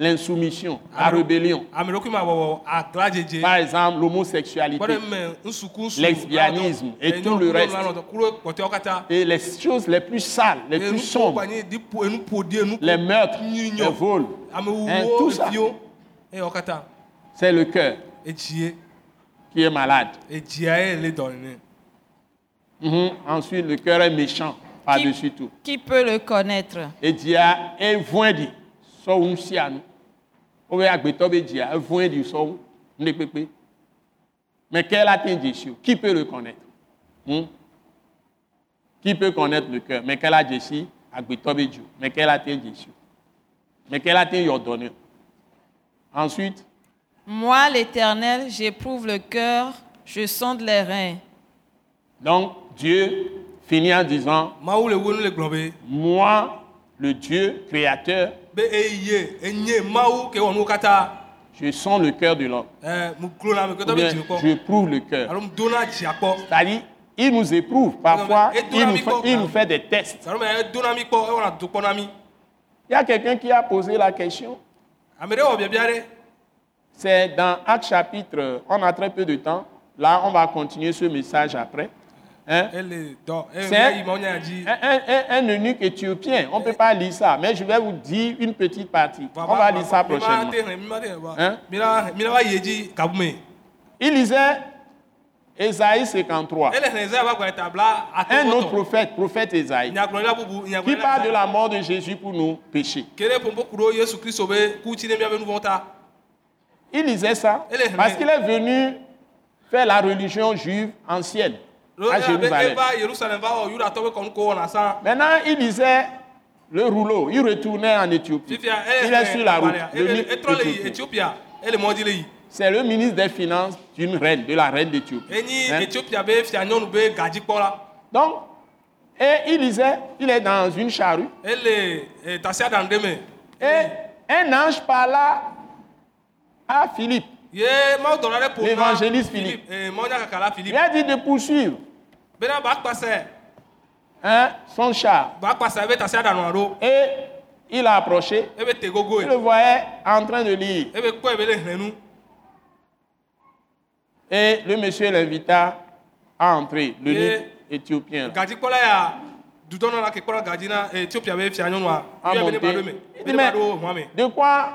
l'insoumission, la rébellion, ameɖokui mawɔwɔ agladzedze par exemple kpɔ ɖe l'homosexualité me nusuku Lesbianisme et tout le reste. kulo kpɔtɔewo katã et les choses les plus sales, les plus enuko sombres, kpanyi dipo enupoɖi les enuko meurtres, Mignon. les vols, hein, amewuwo tout ça. efiwo eyawo katã c'est le cœur edzie qui est malade. edzia ye le dɔnene Mhm. Ensuite, le cœur est méchant par-dessus tout. Qui peut le connaître Et dia est voindi, so un sianu. Ou bien agbeto be dia est voindi so un nepepe. Mais quelle atteinte Jésus Qui peut le connaître Hmm? Qui peut connaître le cœur Mais quelle a Jésus agbeto be Dieu. Mais quelle atteinte Jésus Mais quelle atteinte Yordonne Ensuite, Moi, l'Éternel, j'éprouve le cœur, je sonde les reins. donc Dieu finit en disant mawu le wo nu le gblɔ be Moi, le Dieu créateur, be e eye enye mawu ke wɔ nuwo katã je sens le cœur de l'homme. ɛɛ muklo na amegbetɔ Ou be bien, dzi me Je kpɔ prouve le cœur. alo mu dona dzia kpɔ C'est-à-dire, il nous éprouve. Parfois, Et tout il nous, ami fait, quoi. il nous fait des tests. sanu mɛ edona eh, mi kpɔ ewɔna do kpɔ na mi Il y a quelqu'un qui a posé la question. ame ɖe wɔ biabia ɖe C'est dans Acte chapitre, on a très peu de temps. Là, on va continuer ce message après. Hein? ele eh, dɔ eye C'est- mi ma wonya dzi Un, un- un- un eunuque éthiopien, on ne peut pas lire ça, mais je vais vous dire une petite partie. On bah, va lire ça prochainement. mi ma te hɛn Hein? ba mi la mi la va yie dzi kabume Il lisait Ésaïe 53, ele Eh, hɛn zɛ ba gba eta bla un autre atɔwɔtɔ prophète, prophète Ésaïe, nyagblɔla bubu qui parle de nyagblɔla la mort de Jésus pour nos péchés. kele pɔnpɔ kuro yesu kristu be kuti ne miabe nufɔ ta Il lisait ça Elle est parce humaine. qu'il est venu faire la religion juive ancienne eh, à Jérusalem. eva yerusalem va wɔ yudatɔ be kɔnu ko wɔna san Maintenant, il lisait le rouleau. Il retournait en Éthiopie. fifia eh, ele Il est sur la route. balea. le ele mythe eh, etrɔ le yi éthiopien. ethiopia ele mɔdi le yi C'est le ministre des Finances d'une reine, de la reine d'Éthiopie. enyi Hein? ethiopia be fia nyɔnu be gadzikpɔla Donc, et il lisait, il est dans une charrue. ele eh, tasiaɖaŋ ɖe me Et un ange parla à Philippe. ye mawu dɔ ɖe ƒo L'évangéliste Philippe. ee mawu Eh, nya kaka la Il philippe a dit de poursuivre bena ba kpasɛ hein, son char. ba kpasɛ ebe tasi aɖanua ɖo Et il a approché. ebe te gogo Il le ye voyait en train de lire. ebe kpɔ ebe le hlɛ nu Et le monsieur l'invita à entrer, le Et- livre éthiopien. là. gadzikpɔla ya dudɔnɔ la ke kpɔla gadzi na etiopia be fia nyɔnua À yɔ ebe ne ba monter. ɖo me Il ebe dit, ne mais ba ɖo hɔn me de quoi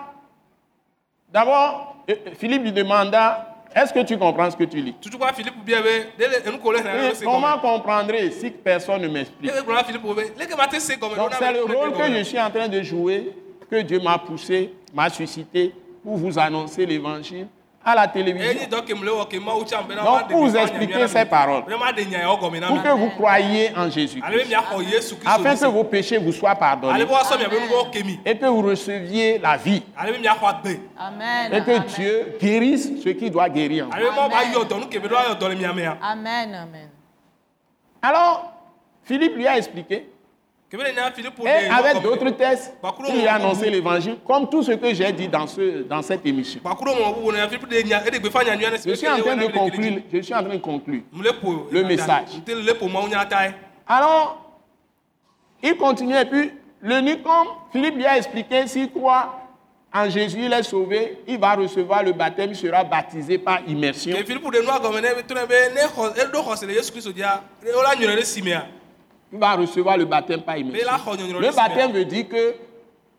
D'abord, euh, euh, Philippe lui demanda, est-ce que tu comprends ce que tu lis tutukpa philippe bia be de le enuko le hlɛ na Et le se Comment gɔme comprendrai si personne ne m'explique ebe gblɔna philippe be leke ma te se gɔme ɖo Donc na c'est be le ku le rôle ke que je gɔme suis en train de jouer, que Dieu m'a poussé, m'a suscité pour vous annoncer l'évangile à la télévision, eyi dɔ ke mu le wɔ ke mawu tsam bena Donc, ma de pour mi vous ma expliquer nya mi ces paroles. ne ma de nya yawo gɔme na mi pour que vous croyiez en Jésus, ale be miaxɔ yesu kristu afin que mesi vos péchés vous soient ale pardonnés be woasɔ miabe nu be woke mi et que vous receviez la vie ale be miaxɔ agbe Amen. et Amen. que Dieu guérisse ceux qui doit guérir. en vous. ale be mawu ba yɔ dɔ nu ke be ɖo ayɔ dɔ le miamea Amen. Amen. Alors, Philippe lui a expliqué, ke be le nya philippe et de yɔ Eh, avec gɔme. d'autres textes, Bah, coulons, il lui a annoncé coulons. l'évangile, comme tout ce que j'ai dit dans, ce, dans cette émission. Bakuro mɔ bubu na Philippe de nya e de gbefa nya nyuia ne Je sebe suis en train de conclure. Je suis en train de conclure. Mu le po Le message. Mu te le po mawu nya ta ye. Alors, il continue et puis le Nicom, Philippe lui a expliqué s'il croit en Jésus, il est sauvé, il va recevoir le baptême, il sera baptisé par immersion. Ke Philippe de nua gɔme ne tɔnɛ be ne xɔ e ɖo xɔse le Yesu Kristu dia ne o ah, la nyuie ɖe si mea. Il va recevoir le baptême par Mais là, on immersion. y en a Le aussi, mais- baptême veut dire que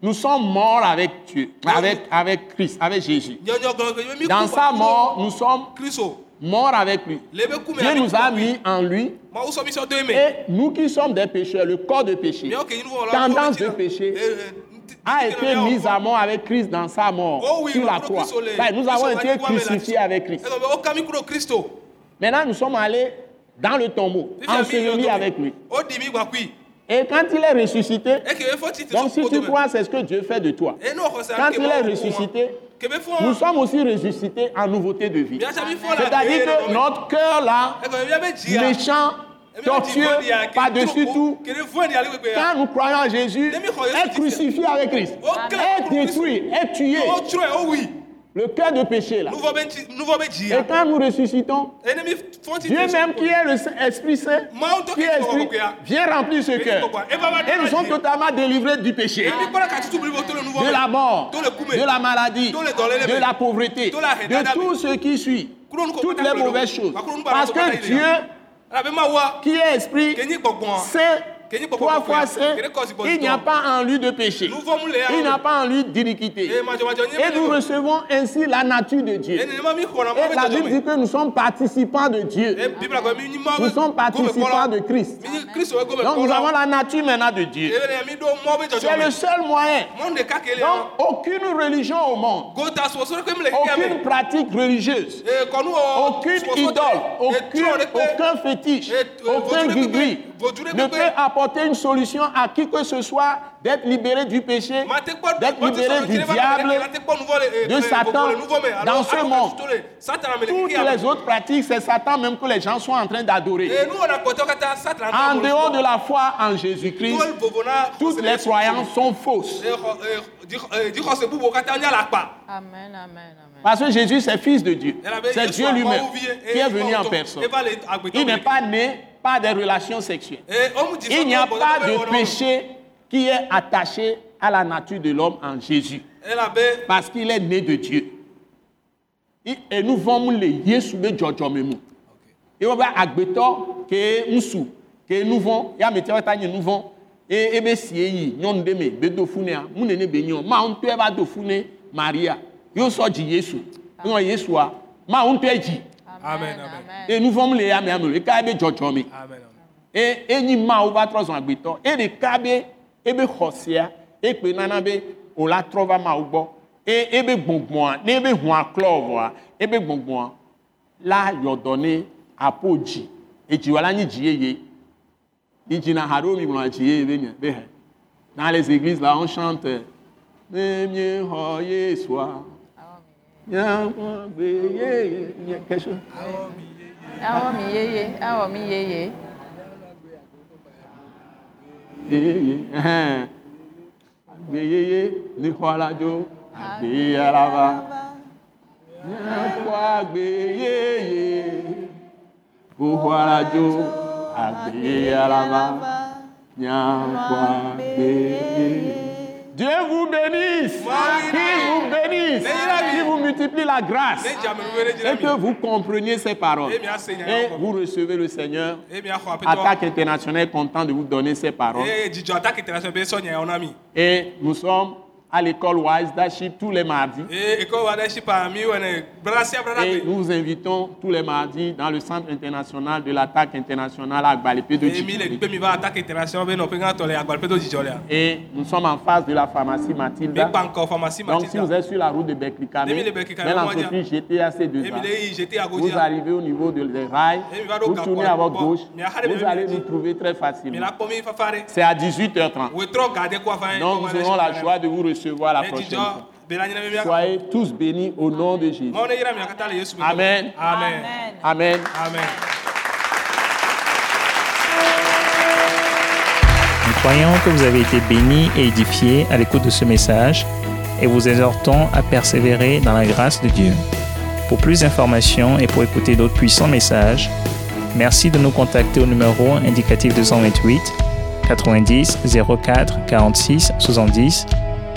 nous sommes morts avec Dieu, avec, avec Christ, avec Jésus. Nyɔnyɔ gɔme ke mi ku Dans sa Bakuro mort, nous sommes Kristo morts avec lui. le be ku mea. Dieu nous a mis en lui Mawu sɔ mi sɔ do ye me. et nous qui sommes des pécheurs, le corps de péché, Miawo ke yinu wɔ la. euh, tendance de péché, a été oh. mise à mort avec Christ dans sa mort sur la croix. Ben, nous avons été crucifiés avec Christ. Egɔme o kami kuro Kristo. Maintenant, nous sommes allés dans le tombeau, Fifia mi yɔ ensevelis dome. avec lui. O di mi gbakui. Et quand il est ressuscité, Eke efɔ titi donc si tu sɔ kodo me. crois, c'est ce que Dieu fait de toi. E n'o xɔse Quand ale ke il est mawu ku ma. ressuscité, Ke be nous fɔ. sommes aussi ressuscités en nouveauté de vie. Bien, ça me fait la C'est-à-dire guerre, que non, notre cœur là, mais- Eh, comme il y avait dit, hein, méchant, eh bien, dit, tortueux, bon, il y a- par-dessus que- tout, que les voix, il y a les voix, hein. quand nous croyons en Jésus, Demi, croyez est sur oh, Christ. crucifié avec Christ, Oh, est clair, détruit, est tué, Oh, tu es, oh oui. le cœur de péché là. Nous voyons bien ti- nous voyons bien dit, Et hein. quand nous ressuscitons, Ennemi font ti- Dieu ti- même qui est le Saint- Esprit Saint, Moi, en qui tant que est Christ, Esprit, quoi, quoi. vient remplir ce cœur. quoi. Et va- va- Et nous sommes Dieu. totalement délivrés du péché. Ennemi, voilà, quand tu t'oublies, tu le nous vois de bien. la mort, Tout le coup, mais- de la maladie, Tout le dolé, mais- de la pauvreté, Tout la- de tout ce qui suit, Kuro nous toutes comprend- les mauvaises choses. Kuro nous Parce comprend- que Dieu, Ah, mais ma voix, qui est esprit, que ni gbogbo, hein. saint, Que ni trois gbogbo, fois quoi. saint, Que ni cause, il n'y a bon, pas en lui de péché, Nous voyons les- il n'y a pas en lui d'iniquité. Eh, ma- ma- ma- ma- Et nous recevons ainsi la nature de Dieu. Eh, ni- ni- ma- mi- quoi, là, ma- Et ma- la ma- Bible ma- dit que nous sommes participants de Eh, Dieu. Bible, quoi, mi- ni- ma- Nous sommes gomme, quoi, participants là. de Christ. Mi- ni- Christ, ouais, gomme, Donc quoi, nous là. avons la nature maintenant de Eh, Dieu. ben, mi- do, mo, ben, jojo, C'est mais. le seul moyen. Mon de ka kele, Donc hein. aucune religion au monde, Go ta so, so, que me le kia, mais. aucune pratique religieuse Eh, quand nous, oh, Aucune so, so, idole, eh, tu, on aucune- est prêt. aucun fétiche, Et, euh, aucun votre gris votre ne peut votre- apporter une solution à qui que ce soit d'être libéré du péché, Ma te kpɔ- d'être ma te sɔrɔ libéré du kele ba kele diable. kele, ma te kpɔ nouveau le- eh, de eh, Satan nouveau le nouveau me. Alors, dans ce alors, monde. tout le- Satan a mené Toutes qui a- les autres pratiques, c'est Satan même que les gens sont en train d'adorer. Eh, nous, on a porté au kata, Satan a En mené dehors le- de la foi en Tout le Jésus-Christ, vovona- toutes les croyances sont fausses. Eh, xɔ- eh, di- eh, di xɔse bubu wo katã nya le akpa. Amen. Amen. Amen. Parce que Jésus, c'est fils de Dieu. Elle avait- C'est Yesu Dieu akpa lui-même wo vie, eh, qui est Yesu venu akpa en wo personne. tɔ. Eva le agbetɔ Il n'est me. pas né par des relations sexuelles. Eh, homme dit Il n'y Satan a pas a porté au de kata, péché qui est attaché à la nature de l'homme en Jésus, Elle avait- parce qu'il est né de Dieu. I- Et nous vamos le Yesu de Jojo Memu. Et on va agbeto que nous que nous vont ya metia ta ni nous vont et ebe sie yi nyon de me be do funea mu ne ne be nyon ma on to e ba do fune Maria yo so ji Yesu no Yesu a ma on to e ji Amen, amen. et nous vamos le ya me amelo e ka be Jojo me Amen, amen. e enyi ma wo va trɔ zɔn agbetɔ e ɖeka be ebe xɔ sia ekpe nana be o la trɔ va ma wo gbɔ e ebe gbɔngbɔa ne ebe hũa klɔ vɔa ebe gbɔngbɔa la yɔdɔ ne E aƒo dzi edziwala nyi dzi yeye yi dzina ha ɖewo mi ŋlɔna dzi yeye be nya be hɛ na les églises là on chante ne mie xɔ yesua nyakpɔgbe yeye nye kɛsɔ. Ah. Awo mi yeye. Awo mi yeye. yeye ẹhẹn. agbeyeye ni xɔladzo agbeyalaba Nyakwa agbeyeye, uhuarajo agbeyarama, nyakwa agbeyeye. Dieu vous bénisse, Amen. qu'il vous bénisse, Amen. qu'il vous multiplie la grâce ne dzame nu wele dzi na et que mi vous compreniez ces paroles Et Eh bien, Seigneur, et encore. vous recevez le Seigneur. eye mia xɔ Attaque aƒetɔ internationale est content de vous donner ces paroles. eye dzidzɔ atake Eh, international be sɔ nya yawo na mi Et nous sommes à l'école Wise Dashi tous les mardis. eye ekɔ wa ɖe shipa mi wɔne brada sia brada Et gbe nous vous invitons tous les mardis dans le centre international de l'attaque internationale à Gbalipé de eye Eh, mi le Djibouti. kpe mi va atake international be nɔƒe gãtɔ le agbalẽ peto dzidzɔ lea Et nous sommes en face de la pharmacie mi Matilda. kpa ŋkɔ pharmacie Donc si matilda vous êtes sur la route de Beklikame, Et mi le Beklikame, vers moi, l'entreprise GTA eye mi le C2A, yi jete ago vous dzia arrivez au niveau de- des rails, Et mi va donc vous à tournez quoi- à votre bon, gauche, mais arrête de vous me allez dire. nous trouver très mi facilement. la kpɔ mi fafa ɖe C'est à 18h30. wetrɔ ga de kɔ afa Donc nous aurons la joie de vous recevoir la prochaine fois. dzidzɔ be la nyina mi mia Soyez tous bénis au nom de Jésus. mɔɔ ne yira mi a katã le yesu me Amen. amen Amen. amen. Nous croyons que vous avez été bénis et édifiés à l'écoute de ce message et vous exhortons à persévérer dans la grâce de Dieu. Pour plus d'informations et pour écouter d'autres puissants messages, merci de nous contacter au numéro indicatif 228 90 04 46 70